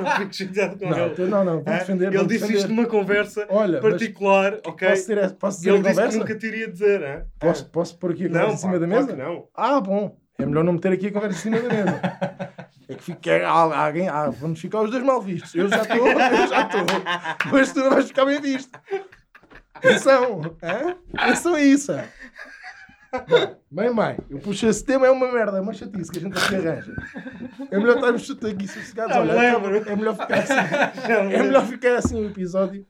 Speaker 2: não fico chateado com
Speaker 3: Não,
Speaker 2: ele.
Speaker 3: tu- não, não, vou
Speaker 2: Hã?
Speaker 3: defender.
Speaker 2: ele
Speaker 3: vou
Speaker 2: disse
Speaker 3: defender.
Speaker 2: isto numa conversa
Speaker 3: Olha, mas
Speaker 2: particular, ok?
Speaker 3: posso, ter, posso dizer
Speaker 2: ele
Speaker 3: a
Speaker 2: disse
Speaker 3: conversa?
Speaker 2: que nunca te iria dizer, hã?
Speaker 3: Posso, posso pôr aqui a conversa
Speaker 2: Não,
Speaker 3: em cima
Speaker 2: pá,
Speaker 3: da
Speaker 2: claro
Speaker 3: mesa?
Speaker 2: que não.
Speaker 3: Ah, bom. É melhor não meter aqui a conversa em cima da mesa. É que fica há- há alguém. Ah, vamos ficar os dois mal vistos. Eu já estou, eu já estou. Mas tu não vais ficar bem visto. Atenção, hã? atenção a isso. hã? Bem, bem, eu puxo esse tema, é uma merda, é uma chatice que a gente aqui arranja. É melhor estarmos tudo aqui sossegados.
Speaker 2: Não,
Speaker 3: Olha,
Speaker 2: lembro.
Speaker 3: é melhor ficar assim.
Speaker 2: Não,
Speaker 3: É melhor ficar assim o episódio.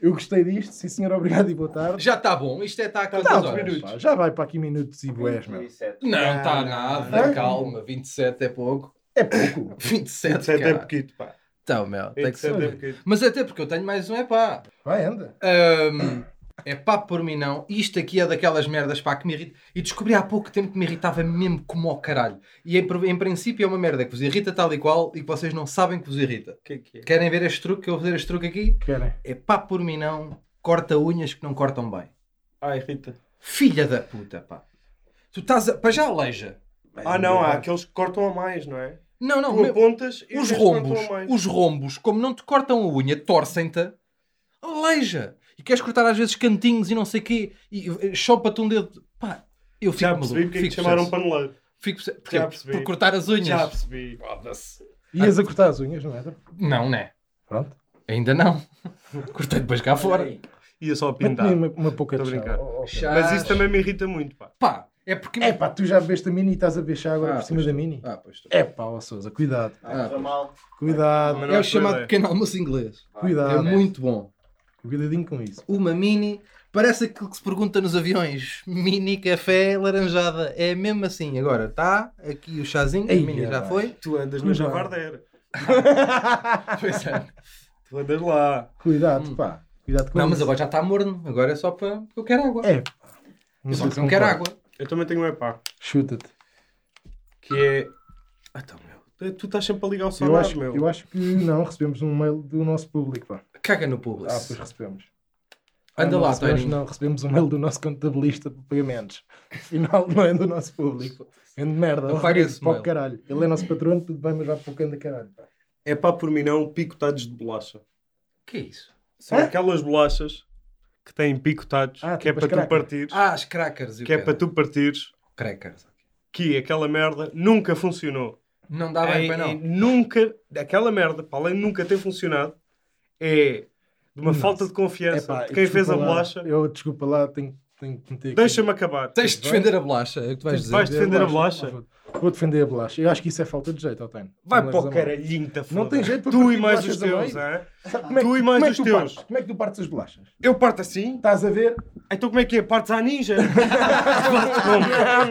Speaker 3: Eu gostei disto, sim senhor, obrigado e boa tarde.
Speaker 5: Já está bom, isto é está
Speaker 2: Tá,
Speaker 5: a
Speaker 3: Não,
Speaker 5: quantas
Speaker 3: pá,
Speaker 5: horas?
Speaker 3: pá, já vai para aqui minutos e boés, meu.
Speaker 4: 27.
Speaker 5: Não, está nada,
Speaker 3: não.
Speaker 5: calma, 27 é pouco.
Speaker 3: É pouco.
Speaker 5: 27,
Speaker 2: Isso é até
Speaker 5: cara.
Speaker 2: pequito, pá.
Speaker 5: Então, meu, tem que
Speaker 2: Isso é até
Speaker 5: ser.
Speaker 2: pequito.
Speaker 5: Mas até porque eu tenho mais um epá.
Speaker 3: Vai, anda.
Speaker 5: Ahm, epá por mim não. Isto aqui é daquelas merdas pá que me irrita. E descobri há pouco tempo que me irritava mesmo como ao caralho. E em, pr- em princípio é uma merda que vos irrita tal e qual e que vocês não sabem que vos irrita.
Speaker 2: O que é que é?
Speaker 5: Querem ver este truque que eu vou fazer este truque aqui?
Speaker 3: Querem.
Speaker 5: Epá por mim não. Corta unhas que não cortam bem.
Speaker 2: Ah, irrita.
Speaker 5: Filha da puta, pá. Tu estás a... Para já aleija.
Speaker 2: Ah, não,
Speaker 3: é.
Speaker 2: há aqueles que cortam a mais, não é?
Speaker 5: Não, não.
Speaker 2: Tu
Speaker 5: meu-
Speaker 2: apontas e
Speaker 5: Os
Speaker 2: eles cortam
Speaker 5: rombos,
Speaker 2: a mais.
Speaker 5: os rombos, como não te cortam a unha, torcem-te, aleija. E queres cortar às vezes cantinhos e não sei quê, e eh, chopa-te um dedo. Pá, eu fico
Speaker 2: Já
Speaker 5: maluco.
Speaker 2: percebi porque é que
Speaker 5: fico
Speaker 2: te chamaram
Speaker 5: possesso.
Speaker 2: paneleiro.
Speaker 5: Fico possesso. Porquê?
Speaker 2: Já percebi.
Speaker 5: Por cortar as unhas.
Speaker 2: Já percebi.
Speaker 5: Foda-se.
Speaker 3: Ias a cortar as unhas, não é? era?
Speaker 5: Não, né?
Speaker 3: Pronto.
Speaker 5: Ainda não. Cortei depois cá fora.
Speaker 2: Ia só
Speaker 3: Mete-me
Speaker 2: pintar.
Speaker 3: uma, uma pouca de
Speaker 2: Estou a
Speaker 3: chá.
Speaker 2: brincar.
Speaker 3: Oh, oh, cara.
Speaker 5: Chá.
Speaker 2: Mas isso também me irrita muito, pá.
Speaker 5: Pá, é porque.
Speaker 3: É pá, tu já bebeste a mini e estás a beijar agora
Speaker 5: Ah,
Speaker 3: por cima
Speaker 5: pois
Speaker 3: da
Speaker 5: tu.
Speaker 3: mini?
Speaker 5: Ah, pois tu.
Speaker 3: É pá, ó Sousa, cuidado.
Speaker 5: Ah, pois.
Speaker 4: mal.
Speaker 3: Cuidado,
Speaker 2: Mas não
Speaker 5: é o
Speaker 2: acho
Speaker 5: chamado
Speaker 2: boa ideia.
Speaker 5: pequeno almoço inglês. É
Speaker 2: Tá
Speaker 3: cuidado.
Speaker 5: muito bom.
Speaker 3: Cuidadinho com isso.
Speaker 5: Uma mini. Parece aquilo que se pergunta nos aviões. Mini café laranjada. É mesmo assim. Agora está aqui o chazinho.
Speaker 3: Ei,
Speaker 5: a mini já
Speaker 3: rapaz.
Speaker 5: foi.
Speaker 2: Tu andas na
Speaker 3: Cuidado.
Speaker 2: javardeira.
Speaker 5: Pois é.
Speaker 2: Tu andas lá.
Speaker 3: Cuidado, pá. Cuidado com
Speaker 5: Hum. Não,
Speaker 3: isso.
Speaker 5: mas agora já está morno. Agora é só para. Porque eu quero água.
Speaker 3: É pá.
Speaker 5: eu só
Speaker 3: sei
Speaker 5: que
Speaker 3: se
Speaker 5: não quero
Speaker 3: concordo.
Speaker 5: água.
Speaker 2: Eu também tenho um epá.
Speaker 3: Chuta-te.
Speaker 2: Que é... Ah, então, meu. Tu estás sempre a ligar o
Speaker 3: Eu
Speaker 2: sonar,
Speaker 3: acho,
Speaker 2: meu.
Speaker 3: eu acho que não, recebemos um mail do nosso público, pá.
Speaker 5: Caga no público.
Speaker 3: Ah, pois recebemos. Ah,
Speaker 5: Anda
Speaker 3: não
Speaker 5: lá,
Speaker 3: recebemos,
Speaker 5: Toirinho.
Speaker 3: Não, recebemos um mail do nosso contabilista de pagamentos. Afinal, não é do nosso público. Grande merda.
Speaker 5: Apaga
Speaker 3: horrível,
Speaker 5: esse
Speaker 3: para o
Speaker 5: mail.
Speaker 3: caralho. Ele é nosso patrono, tudo bem, mas vai para o cano da caralho. pá.
Speaker 2: É pá, por mim não, picotados de bolacha.
Speaker 5: que é isso?
Speaker 2: São
Speaker 3: Hã?
Speaker 2: aquelas bolachas que têm picotados,
Speaker 3: Ah,
Speaker 2: que é para
Speaker 3: tipo as
Speaker 2: tu
Speaker 3: crackers.
Speaker 2: partires,
Speaker 5: Ah, as crackers. e o
Speaker 2: que é
Speaker 5: quê?
Speaker 2: para tu partires,
Speaker 5: Crackers.
Speaker 2: que aquela merda nunca funcionou.
Speaker 5: Não dá Tá bem
Speaker 2: É-
Speaker 5: para
Speaker 2: é
Speaker 5: não.
Speaker 2: nunca, aquela merda, para além de nunca ter funcionado, é de uma
Speaker 3: Nossa.
Speaker 2: falta de confiança
Speaker 3: Epá,
Speaker 2: de quem fez a
Speaker 3: É desculpa lá,
Speaker 2: bolacha.
Speaker 3: Eu, desculpa lá, tenho, tenho que meter aqui.
Speaker 2: Deixa-me acabar.
Speaker 5: Tens de defender a bolacha. É o que tu vais dizer.
Speaker 2: Vais defender a bolacha?
Speaker 3: Vou, vou defender a bolacha. Eu acho que isso é falta de jeito, Otano.
Speaker 2: Vai
Speaker 3: Não
Speaker 2: para o
Speaker 3: leves a mão.
Speaker 2: caralhinho, tá
Speaker 3: Não
Speaker 2: foda.
Speaker 3: tem jeito para
Speaker 2: Tu e
Speaker 3: partir
Speaker 2: mais
Speaker 3: bolachas
Speaker 2: os
Speaker 3: a
Speaker 2: teus,
Speaker 3: meio.
Speaker 2: é?
Speaker 3: Sabe como é
Speaker 2: Tu
Speaker 3: que-
Speaker 2: e mais
Speaker 3: como é
Speaker 2: os
Speaker 3: que tu
Speaker 2: teus.
Speaker 3: partes? Como é que tu partes as bolachas?
Speaker 2: Eu parto assim?
Speaker 3: Estás a ver?
Speaker 2: Então como é que é? Partes à ninja?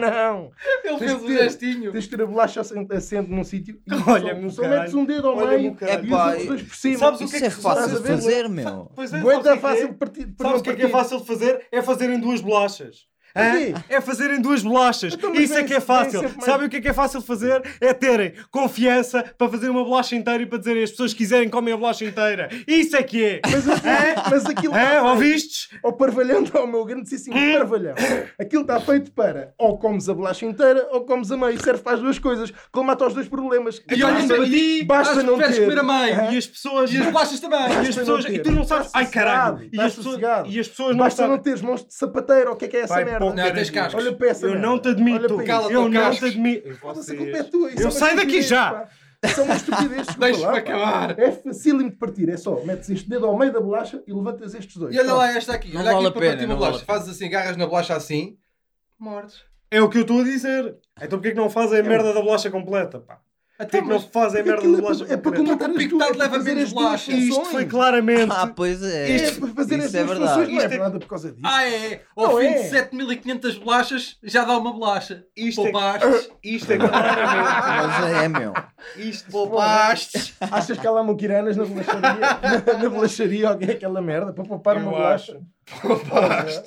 Speaker 3: Não, não. Tens
Speaker 5: Ele fez
Speaker 3: de
Speaker 5: o
Speaker 3: ter-
Speaker 5: gestinho.
Speaker 3: Tens de ter a bolacha assente, assente num sítio e
Speaker 2: Olha-me,
Speaker 3: só, só
Speaker 2: caralho.
Speaker 3: metes um dedo ao
Speaker 2: Olha-me,
Speaker 3: meio
Speaker 2: caralho.
Speaker 3: e os
Speaker 4: Epá,
Speaker 3: outros dois por cima.
Speaker 2: sabes o que
Speaker 4: Isso
Speaker 2: é que
Speaker 4: é fácil
Speaker 2: estás a
Speaker 4: de
Speaker 2: ver?
Speaker 4: fazer, meu.
Speaker 2: Pois é,
Speaker 3: Boa
Speaker 2: sabes o que é
Speaker 3: da
Speaker 2: que é?
Speaker 3: fácil partir.
Speaker 2: Sabes o que é que é fácil de fazer? É fazerem duas bolachas.
Speaker 3: quê?
Speaker 2: Hã? É fazerem duas bolachas.
Speaker 3: Então, mas
Speaker 2: Isso é
Speaker 3: vem-
Speaker 2: que é fácil.
Speaker 3: vem sempre mais-
Speaker 2: Sabem o que é que é fácil de fazer? É terem confiança para fazer uma bolacha inteira e para dizerem as pessoas que quiserem comem a bolacha inteira. Isso é que é.
Speaker 3: Mas, aquilo- é mas aquilo.
Speaker 2: Hã? Ouvistes?
Speaker 3: Ao parvalhão está o meu grandíssimo parvalhão. Aquilo está feito para ou comes a bolacha inteira ou comes a meio. Serve para as duas coisas. Colmata os dois problemas.
Speaker 5: E olha para ti.
Speaker 3: basta
Speaker 5: acho que
Speaker 3: não
Speaker 5: preferes
Speaker 3: ter. É.
Speaker 5: comer a mãe.
Speaker 2: E as pessoas.
Speaker 5: E as bolachas também.
Speaker 2: E as pessoas.
Speaker 3: não
Speaker 2: E
Speaker 3: ter.
Speaker 2: tu não sabes.
Speaker 3: Estás
Speaker 2: Ai caralho.
Speaker 3: sossegado,
Speaker 2: E as
Speaker 3: estás
Speaker 2: pessoas.
Speaker 3: sossegado.
Speaker 2: E as pessoas não
Speaker 3: Basta não
Speaker 2: sabem.
Speaker 3: teres mãos de sapateiro. O que é que é essa
Speaker 2: Vai para o
Speaker 3: merda?
Speaker 5: Não, tens
Speaker 2: caralho.
Speaker 5: cascos.
Speaker 3: Olha para essa
Speaker 2: Eu
Speaker 3: merda.
Speaker 2: não te
Speaker 3: Olha
Speaker 2: admito.
Speaker 3: para isso.
Speaker 5: Cala-te,
Speaker 2: Eu não te
Speaker 5: cascos.
Speaker 2: admito.
Speaker 3: Foda-se, a culpa é tua. Isso é
Speaker 2: Eu
Speaker 3: uma
Speaker 2: saio daqui
Speaker 3: estupidez,
Speaker 2: já.
Speaker 3: pá. Isso é uma estupidez. desculpa
Speaker 5: Deixa-me
Speaker 3: lá, pá.
Speaker 5: acabar.
Speaker 3: É facílimo de partir. É só metes este dedo ao meio da bolacha e levantas estes dois.
Speaker 5: E olha
Speaker 3: Pronto.
Speaker 5: lá esta aqui.
Speaker 4: Não
Speaker 5: olha
Speaker 4: vale a
Speaker 5: aqui para
Speaker 4: pena,
Speaker 5: partir uma
Speaker 4: não
Speaker 5: bolacha.
Speaker 4: vale a pena.
Speaker 5: Fazes assim, agarras na bolacha assim. Mordes.
Speaker 2: É o que eu estou a dizer. Então porquê que não fazem a merda da bolacha completa, pá? Até que não
Speaker 5: mas
Speaker 2: fazem merda
Speaker 3: Aquilo
Speaker 2: de
Speaker 3: é
Speaker 2: laxa
Speaker 3: para- é para
Speaker 2: com creme?
Speaker 3: comentar as
Speaker 5: Tá picotado
Speaker 3: duas, é para
Speaker 5: leva
Speaker 3: fazer
Speaker 5: menos
Speaker 3: as duas
Speaker 5: laxa.
Speaker 3: funções.
Speaker 2: Isto foi claramente.
Speaker 4: Ah, pois é.
Speaker 3: Isto para fazer as
Speaker 4: Isso é
Speaker 3: duas
Speaker 4: verdade.
Speaker 3: funções, não é
Speaker 2: Isto é-
Speaker 3: verdade por causa disso.
Speaker 5: Ah, é.
Speaker 3: Não
Speaker 5: Ao fim
Speaker 3: é.
Speaker 5: de 7500 bolachas, já dá uma bolacha.
Speaker 2: Isto é-
Speaker 5: Poupaste.
Speaker 2: Isto é claramente.
Speaker 4: Mas é, meu.
Speaker 2: Isto
Speaker 5: Poupaste.
Speaker 3: Achas que há lá muquiranas na bolacharia? na, na bolacharia ou que é aquela merda? Para poupar uma
Speaker 2: Eu
Speaker 3: bolacha?
Speaker 5: Poupaste.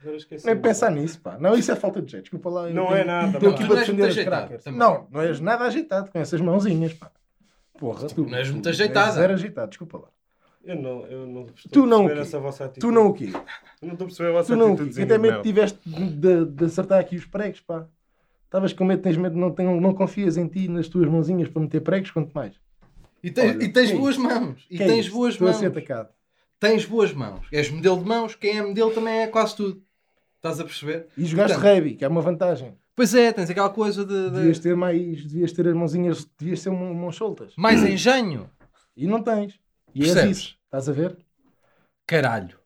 Speaker 2: é. Agora esqueci.
Speaker 3: Nem pensar nisso, pá. Não, isso é falta de jeito. Desculpa lá. eu
Speaker 2: Não
Speaker 3: tenho-
Speaker 2: é nada,
Speaker 3: Estou
Speaker 2: pá.
Speaker 3: aqui
Speaker 5: Tu
Speaker 3: para
Speaker 5: não és
Speaker 3: defender
Speaker 5: muito
Speaker 3: as
Speaker 5: ajeitado
Speaker 3: crackers.
Speaker 5: também.
Speaker 3: Não, não és nada agitado com essas mãozinhas, pá. Porra, tu.
Speaker 5: não és muito
Speaker 3: tu
Speaker 5: ajeitada.
Speaker 3: Zero agitado, desculpa lá.
Speaker 2: Eu não, eu não estou
Speaker 3: Tu
Speaker 2: a
Speaker 3: não o
Speaker 2: perceber
Speaker 3: quê?
Speaker 2: essa vossa atitude.
Speaker 3: Tu não o quê?
Speaker 2: Eu não estou a perceber a vossa
Speaker 3: Tu não o
Speaker 2: atitude.
Speaker 3: quê? Até medo tiveste de, de- de acertar aqui os pregos, pá. Estavas com medo, tens medo, não, tenho- não confias em ti, nas tuas mãozinhas para meter pregos, quanto mais.
Speaker 5: E tens,
Speaker 3: Olha,
Speaker 5: e tens
Speaker 3: que é
Speaker 5: boas mãos. E
Speaker 3: Que é
Speaker 5: tens
Speaker 3: isto?
Speaker 5: boas
Speaker 3: Estou a
Speaker 5: mãos.
Speaker 3: ser atacado.
Speaker 5: Tens boas mãos. És modelo de mãos. Quem é modelo também é quase tudo. Estás a perceber?
Speaker 3: E jogaste
Speaker 5: Portanto,
Speaker 3: rugby, que é uma vantagem.
Speaker 5: Pois é, tens aquela coisa de. de-
Speaker 3: Devias ter mais, devias ter as mãozinhas, devias ser mão- mãos soltas.
Speaker 5: Mais engenho.
Speaker 3: E não tens. E é
Speaker 5: Percebes?
Speaker 3: isso. Estás a ver?
Speaker 5: Caralho.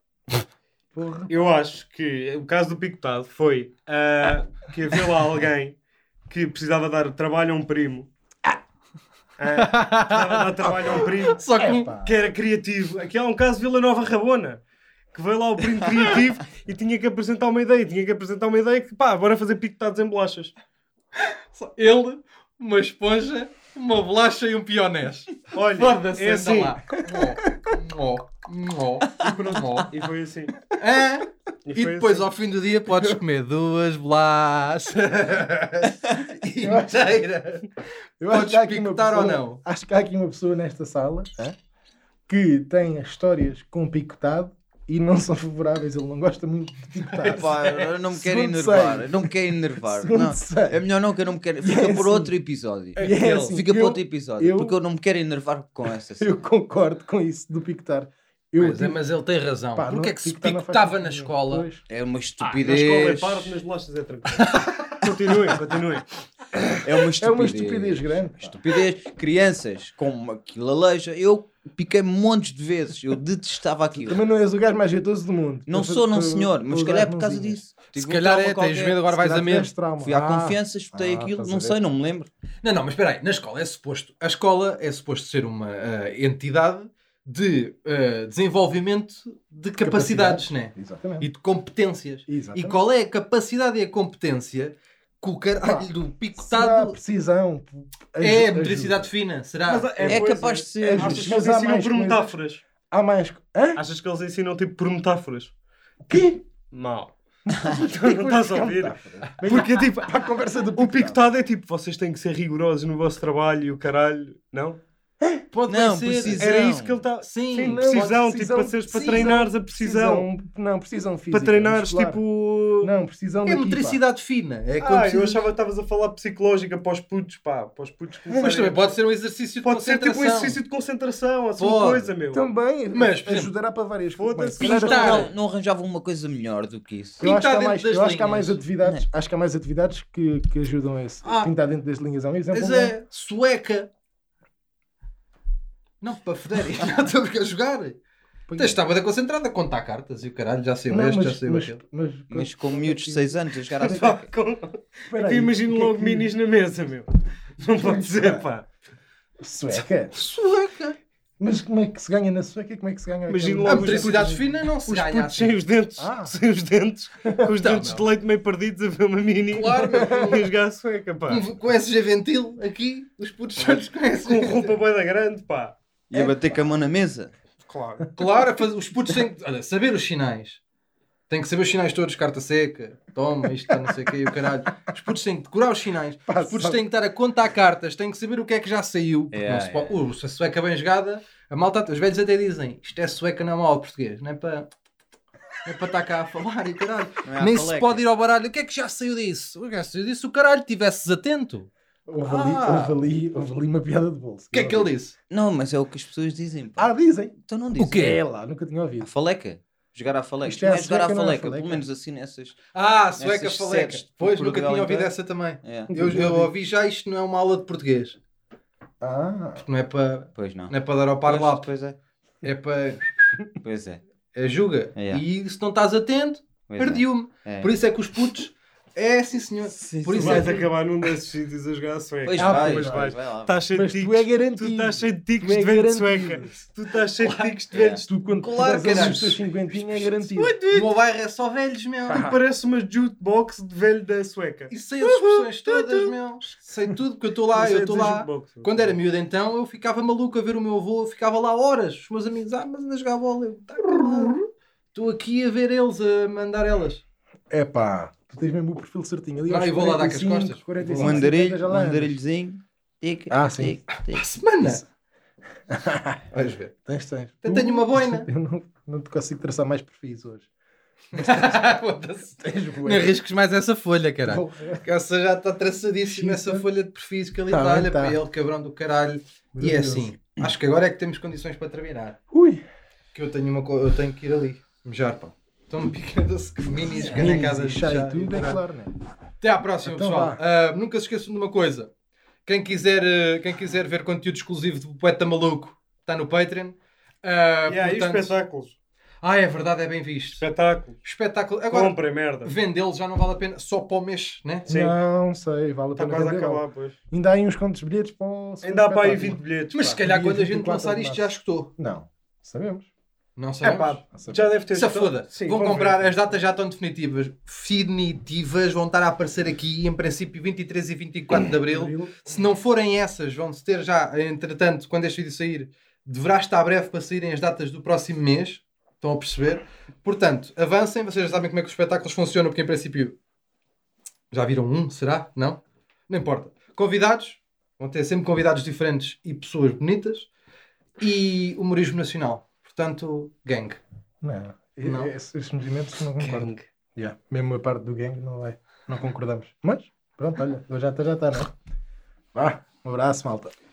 Speaker 3: Porra.
Speaker 2: Eu acho que o caso do picotado foi ah, que havia lá alguém que precisava dar trabalho a um primo. Ah, precisava dar trabalho a um primo
Speaker 5: Só que.
Speaker 3: Epá.
Speaker 2: que era criativo. Aqui há um caso de Vila Nova Rabona. Que veio lá o primo criativo e tinha que apresentar uma ideia. Tinha que apresentar uma ideia que pá, bora fazer picotados em bolachas.
Speaker 5: Só Ele, uma esponja, uma bolacha e um pionés.
Speaker 2: Olha,
Speaker 5: Foda-se,
Speaker 2: é
Speaker 5: anda
Speaker 4: então
Speaker 2: assim.
Speaker 5: lá. Mó, mó, mó, mó.
Speaker 2: E foi assim.
Speaker 4: É?
Speaker 5: Hã?
Speaker 2: E,
Speaker 5: E
Speaker 2: foi
Speaker 5: depois
Speaker 2: assim.
Speaker 5: ao fim do dia podes comer duas bolachas inteiras.
Speaker 3: Eu acho
Speaker 5: Podes
Speaker 3: que há aqui uma
Speaker 5: picotar ou
Speaker 3: pessoa-
Speaker 5: não?
Speaker 3: Acho que há aqui uma pessoa nesta sala hã, que tem as histórias com picotado e não são favoráveis. Ele não gosta muito de picotado.
Speaker 4: Pá, eu não me quero
Speaker 3: Segundo
Speaker 4: enervar.
Speaker 3: sei.
Speaker 4: eu Não me quero enervar.
Speaker 3: Segundo
Speaker 4: Não,
Speaker 3: sei.
Speaker 4: é melhor não que eu não me quero. Fica
Speaker 3: É
Speaker 4: por
Speaker 3: assim.
Speaker 4: outro episódio.
Speaker 3: E é assim,
Speaker 4: Fica por
Speaker 3: eu-
Speaker 4: outro episódio.
Speaker 3: eu-
Speaker 4: Porque eu não me quero enervar com essa
Speaker 3: Eu
Speaker 4: cena.
Speaker 3: concordo com isso do picotar. Eu
Speaker 5: Mas, é,
Speaker 3: digo-
Speaker 5: mas ele tem razão.
Speaker 3: pá,
Speaker 5: Porque
Speaker 3: não- tá
Speaker 5: é que se
Speaker 3: picotar não faz
Speaker 5: picotava
Speaker 3: sentido
Speaker 5: na
Speaker 3: nenhum.
Speaker 5: escola?
Speaker 3: Pois.
Speaker 4: É uma
Speaker 2: Na escola é
Speaker 4: estupidez.
Speaker 2: parvo,
Speaker 5: né?
Speaker 2: nas bolachas é tranquilo. continuem, continuem.
Speaker 4: É uma
Speaker 3: É uma
Speaker 4: estupidez.
Speaker 3: estupidez grande. pá.
Speaker 4: Estupidez. Crianças com aquilo aleija. Eu piquei montes de vezes. Eu detestava aquilo.
Speaker 3: Também não és o gajo mais jeitoso do mundo.
Speaker 4: Não
Speaker 3: Para-
Speaker 4: sou, não
Speaker 3: para-
Speaker 4: senhor.
Speaker 3: para
Speaker 4: Mas se calhar é
Speaker 3: usar
Speaker 4: por causa
Speaker 3: mãozinhas.
Speaker 4: disso. Tive
Speaker 5: Se
Speaker 4: um
Speaker 5: calhar
Speaker 4: trauma
Speaker 5: é, tens
Speaker 4: qualquer.
Speaker 5: medo, agora
Speaker 3: Se
Speaker 5: vais a
Speaker 3: calhar
Speaker 5: medo.
Speaker 3: tiveste trauma.
Speaker 4: Fui à
Speaker 3: Ah,
Speaker 4: confiança, espetei
Speaker 3: Ah,
Speaker 4: aquilo.
Speaker 3: estás a
Speaker 4: Não
Speaker 3: ver.
Speaker 4: sei, não me lembro.
Speaker 5: Não, não, mas espera aí. Na escola é suposto... A escola é suposto ser uma ah, entidade de ah, desenvolvimento de capacidades, né?
Speaker 3: Exatamente.
Speaker 5: E de competências. E
Speaker 3: Exatamente.
Speaker 5: qual é a capacidade e a competência que o caralho do
Speaker 3: Será
Speaker 5: picotado
Speaker 3: precisão?
Speaker 5: é a
Speaker 3: Aju-
Speaker 5: motricidade fina? Será?
Speaker 2: Mas
Speaker 4: É
Speaker 2: coisa-
Speaker 4: capaz de
Speaker 3: é
Speaker 4: ser.
Speaker 3: justo.
Speaker 2: Achas que
Speaker 3: Mas
Speaker 2: eles
Speaker 3: há
Speaker 2: ensinam
Speaker 3: mais
Speaker 2: por
Speaker 3: coisas?
Speaker 2: metáforas?
Speaker 3: Há mais. Hã?
Speaker 2: Achas que eles ensinam tipo por metáforas?
Speaker 3: Quê?
Speaker 2: Mal. tu não estás a ouvir? Porque tipo,
Speaker 3: Para a conversa do
Speaker 2: o picotado é tipo, vocês têm que ser rigorosos no vosso trabalho e o caralho. Não?
Speaker 5: Pode bem
Speaker 4: Não,
Speaker 5: ser.
Speaker 4: precisa.
Speaker 2: Era
Speaker 4: Precisão.
Speaker 2: isso que ele tá- está.
Speaker 5: Sim.
Speaker 2: Sim,
Speaker 3: não,
Speaker 2: precisão, tipo,
Speaker 3: precisão,
Speaker 2: para, seres, para
Speaker 5: precisão,
Speaker 2: treinares a precisão.
Speaker 3: Não, precisão física.
Speaker 2: Para treinares
Speaker 3: muscular.
Speaker 2: tipo.
Speaker 3: Não, precisão
Speaker 5: É
Speaker 3: daqui, pá.
Speaker 5: motricidade fina. É quando
Speaker 2: Ah, eu
Speaker 5: precisas-
Speaker 2: achava que estavas a falar psicológica para os putos, pá. Para os putos
Speaker 5: Mas
Speaker 2: começarem-
Speaker 5: também pode ser um exercício de
Speaker 2: Pode ser tipo um
Speaker 5: concentração.
Speaker 2: exercício de concentração, assim uma
Speaker 5: Pode.
Speaker 2: coisa, meu.
Speaker 3: Também. é
Speaker 5: Mas, por exemplo,
Speaker 3: ajudará para várias
Speaker 2: foda-se.
Speaker 3: Mas,
Speaker 5: Pintar.
Speaker 3: calhar,
Speaker 4: Não, não arranjava uma coisa melhor do que isso.
Speaker 3: Eu acho, que há
Speaker 5: Pintar
Speaker 3: mais,
Speaker 5: dentro
Speaker 3: eu
Speaker 5: das
Speaker 3: acho que há mais
Speaker 5: linhas.
Speaker 3: atividades, acho que há mais atividades que, que ajudam a esse.
Speaker 5: Ah.
Speaker 3: Pintar dentro das linhas é um exemplo.
Speaker 5: Mas
Speaker 3: bom.
Speaker 5: é sueca. Não, para foder, já estou a jogar.
Speaker 3: Pois
Speaker 2: é.
Speaker 3: é.
Speaker 5: Tens estava da concentrada a contar cartas e o caralho, já saiu
Speaker 3: Não,
Speaker 5: este, já
Speaker 3: mas,
Speaker 5: saiu
Speaker 3: mas,
Speaker 5: aquele.
Speaker 3: mas,
Speaker 4: Mas com miúdos de 6 anos a jogar à
Speaker 2: Pá,
Speaker 4: sueca.
Speaker 2: com-
Speaker 3: Espera
Speaker 5: Então
Speaker 2: que
Speaker 3: aí,
Speaker 2: eu imagino
Speaker 3: o que é
Speaker 2: logo
Speaker 3: que-
Speaker 2: minis na mesa, meu. Não pode ser, pá.
Speaker 3: Sueca?
Speaker 5: Sueca.
Speaker 3: Mas como é que se ganha na sueca? Como é que se ganha
Speaker 2: Imagino
Speaker 3: aquela-
Speaker 5: A
Speaker 2: logo os
Speaker 5: motricidade
Speaker 2: putos-
Speaker 5: fina não se
Speaker 2: Os
Speaker 5: ganha
Speaker 2: putos
Speaker 5: assim.
Speaker 2: sem os dentes,
Speaker 3: Ah.
Speaker 2: sem os dentes, com os
Speaker 5: Não,
Speaker 2: dentes
Speaker 5: não.
Speaker 2: de leite meio perdidos a ver uma mini.
Speaker 5: Claro, meu.
Speaker 2: E os gajos sueca, pá.
Speaker 5: Com, com SG Ventil aqui, os putos todos com SG
Speaker 2: Com
Speaker 5: Ventil.
Speaker 2: roupa boida grande, pá.
Speaker 4: E a bater com a mão na mesa.
Speaker 2: Claro.
Speaker 5: Claro, a fazer- os putos têm que olha, saber os sinais. Têm que saber os sinais todos, carta seca, toma, isto não sei o que, o caralho. Os putos têm que decorar os sinais,
Speaker 3: Pá,
Speaker 5: os putos
Speaker 3: sabe-
Speaker 5: têm que estar a contar cartas, têm que saber o que é que já saiu. porque
Speaker 4: Yeah,
Speaker 5: não se pode- Uh, se a sueca bem jogada, a malta, os velhos até dizem, isto é sueca não é mal português, não é para... não é para estar cá a falar e o caralho.
Speaker 4: Não é à
Speaker 5: Nem se
Speaker 4: faleca.
Speaker 5: pode ir ao baralho. O que é que já saiu disso? O que é que saiu disso? O caralho, tivesses atento.
Speaker 3: Houve ali,
Speaker 5: Ah.
Speaker 3: houve ali, houve ali uma piada de bolso.
Speaker 5: O que é que ele disse?
Speaker 4: Não, mas é o que as pessoas dizem. Pá.
Speaker 3: Ah, dizem.
Speaker 4: então não dizem.
Speaker 5: O quê?
Speaker 3: É lá, nunca tinha
Speaker 4: A
Speaker 3: ouvido.
Speaker 4: faleca. Jogar à faleca.
Speaker 3: Isto é a
Speaker 4: Não é jogar à
Speaker 3: sueca, não é a
Speaker 4: faleca.
Speaker 3: faleca.
Speaker 4: Pelo menos assim nessas.
Speaker 5: Ah, sueca
Speaker 4: Nessas
Speaker 5: faleca.
Speaker 4: sedes de
Speaker 5: Pois,
Speaker 4: Portugal
Speaker 5: nunca tinha ouvido
Speaker 4: inteiro.
Speaker 5: essa também.
Speaker 4: É.
Speaker 5: Eu, eu ouvi já isto não é uma aula de português.
Speaker 3: Ah,
Speaker 5: Não é para
Speaker 4: Pois não.
Speaker 5: não é para dar ao
Speaker 4: Pois,
Speaker 5: parlapo.
Speaker 4: Pois é.
Speaker 5: É para
Speaker 4: Pois é.
Speaker 5: é julga.
Speaker 4: É, é.
Speaker 5: E se não estás atento,
Speaker 4: Pois é.
Speaker 5: perdiu-me.
Speaker 4: É.
Speaker 5: Por isso é que os putos É, sim, senhor.
Speaker 6: Sim,
Speaker 5: Por
Speaker 6: sim.
Speaker 2: Tu
Speaker 5: isso
Speaker 2: vais
Speaker 5: é-
Speaker 2: acabar num desses sítios a jogar a sueca.
Speaker 4: Pois
Speaker 3: Ah,
Speaker 4: vai,
Speaker 3: pois
Speaker 4: vai, vai lá.
Speaker 2: Estás sem
Speaker 3: Mas tu é
Speaker 2: ticos. Tu
Speaker 3: garantido.
Speaker 2: estás sem ticos
Speaker 3: Tu é
Speaker 2: de vento
Speaker 3: garantido.
Speaker 2: sueca. Tu estás sem ticos de
Speaker 4: Yeah.
Speaker 2: vento.
Speaker 5: é.
Speaker 3: Se tu quando
Speaker 5: Claro,
Speaker 3: claro,
Speaker 5: um caralho.
Speaker 3: os teus 50 é garantido.
Speaker 5: O meu bairro é só velhos, meu.
Speaker 2: Tu parece uma jukebox de velho da sueca.
Speaker 5: E sei as expressões todas, meu. Sei tudo, porque eu estou lá,
Speaker 2: é
Speaker 5: eu estou lá. Quando era miúdo então, eu ficava maluco a ver o meu avô, eu ficava lá horas. Os meus amigos, ah, mas ainda jogar bola. Eu, "Tá, caralho." Estou aqui a ver eles, a mandar elas.
Speaker 3: É pá. Tu tens mesmo o perfil certinho. Ali
Speaker 5: Não,
Speaker 3: aos
Speaker 5: eu vou lá dar com as
Speaker 3: 45,
Speaker 5: costas.
Speaker 3: 45,
Speaker 4: Um andarilho,
Speaker 3: 50 já
Speaker 4: um
Speaker 3: lá andas.
Speaker 4: andarilhozinho. Tic,
Speaker 3: Ah, sim.
Speaker 4: tic, tic.
Speaker 5: A semana! Vais ver.
Speaker 3: Tens, tens.
Speaker 5: Até tenho uma boina.
Speaker 3: Eu não, não te consigo traçar mais perfis hoje.
Speaker 5: Foda-se.
Speaker 3: Tens
Speaker 5: Não arrisques mais essa folha, caralho. Essa já está
Speaker 3: Sim,
Speaker 5: traçadíssima, essa
Speaker 3: tá.
Speaker 5: folha de perfis que ele
Speaker 3: Tá,
Speaker 5: olha
Speaker 3: tá.
Speaker 5: para ele, cabrão do caralho. E é assim. Acho que agora é que temos condições para terminar.
Speaker 3: Ui.
Speaker 5: Que eu tenho, uma, co- eu tenho que ir ali. Mejar, pá. Estão-me picando-se que
Speaker 3: Minis
Speaker 5: minis, canecas
Speaker 3: e chá e tudo, é
Speaker 5: caralho.
Speaker 3: claro, né?
Speaker 5: Até à próxima,
Speaker 3: Então
Speaker 5: pessoal.
Speaker 3: vá.
Speaker 5: Ah, nunca se esqueçam de uma coisa. Quem quiser, ah, quem quiser ver conteúdo exclusivo do Poeta Maluco, está no Patreon. Ah,
Speaker 2: E é aí,
Speaker 5: portanto-
Speaker 2: espetáculos.
Speaker 5: Ah, é verdade, é bem visto.
Speaker 2: Espetáculos.
Speaker 5: Espetáculo. Agora,
Speaker 2: Comprem merda.
Speaker 5: vendê-lo já não vale a pena, só para o mês, né?
Speaker 2: Sim.
Speaker 3: Não sei, vale a
Speaker 2: Está
Speaker 3: pena.
Speaker 2: Tá quase a
Speaker 3: vender,
Speaker 2: acabar, pois.
Speaker 3: ó. Ainda há aí uns quantos bilhetes para o segundo
Speaker 2: Ainda há para aí
Speaker 3: espetáculo.
Speaker 2: 20 bilhetes.
Speaker 5: Mas se
Speaker 2: pá.
Speaker 5: calhar quando a
Speaker 3: Dia
Speaker 5: gente
Speaker 3: 24
Speaker 5: lançar
Speaker 3: de
Speaker 5: isto
Speaker 3: março.
Speaker 5: já escutou.
Speaker 3: Não, sabemos.
Speaker 5: Não
Speaker 2: É
Speaker 5: sabemos.
Speaker 2: pá, já deve ter.
Speaker 5: Se foda.
Speaker 2: Sim,
Speaker 5: é vão
Speaker 2: vamos
Speaker 5: comprar,
Speaker 2: ver.
Speaker 5: as datas já estão definitivas. Definitivas vão estar a aparecer aqui em princípio 23 e 24 de Abril. Se não forem essas, vão-se ter já, entretanto, quando este vídeo sair, deverá estar breve para saírem as datas do próximo mês. Estão a perceber? Portanto, avancem, vocês já sabem como é que os espetáculos funcionam, porque em princípio já viram um, será? Não? Não importa. Convidados, vão ter sempre convidados diferentes e pessoas bonitas. E humorismo nacional. Portanto, gang.
Speaker 3: Não,
Speaker 5: Não.
Speaker 3: não. esses movimentos não concordo. Yeah. Mesmo a parte do gangue não tá, vai. Não concordamos. Mas, pronto, olha, hoje já está, já está, não é? Vá, né? um abraço, malta.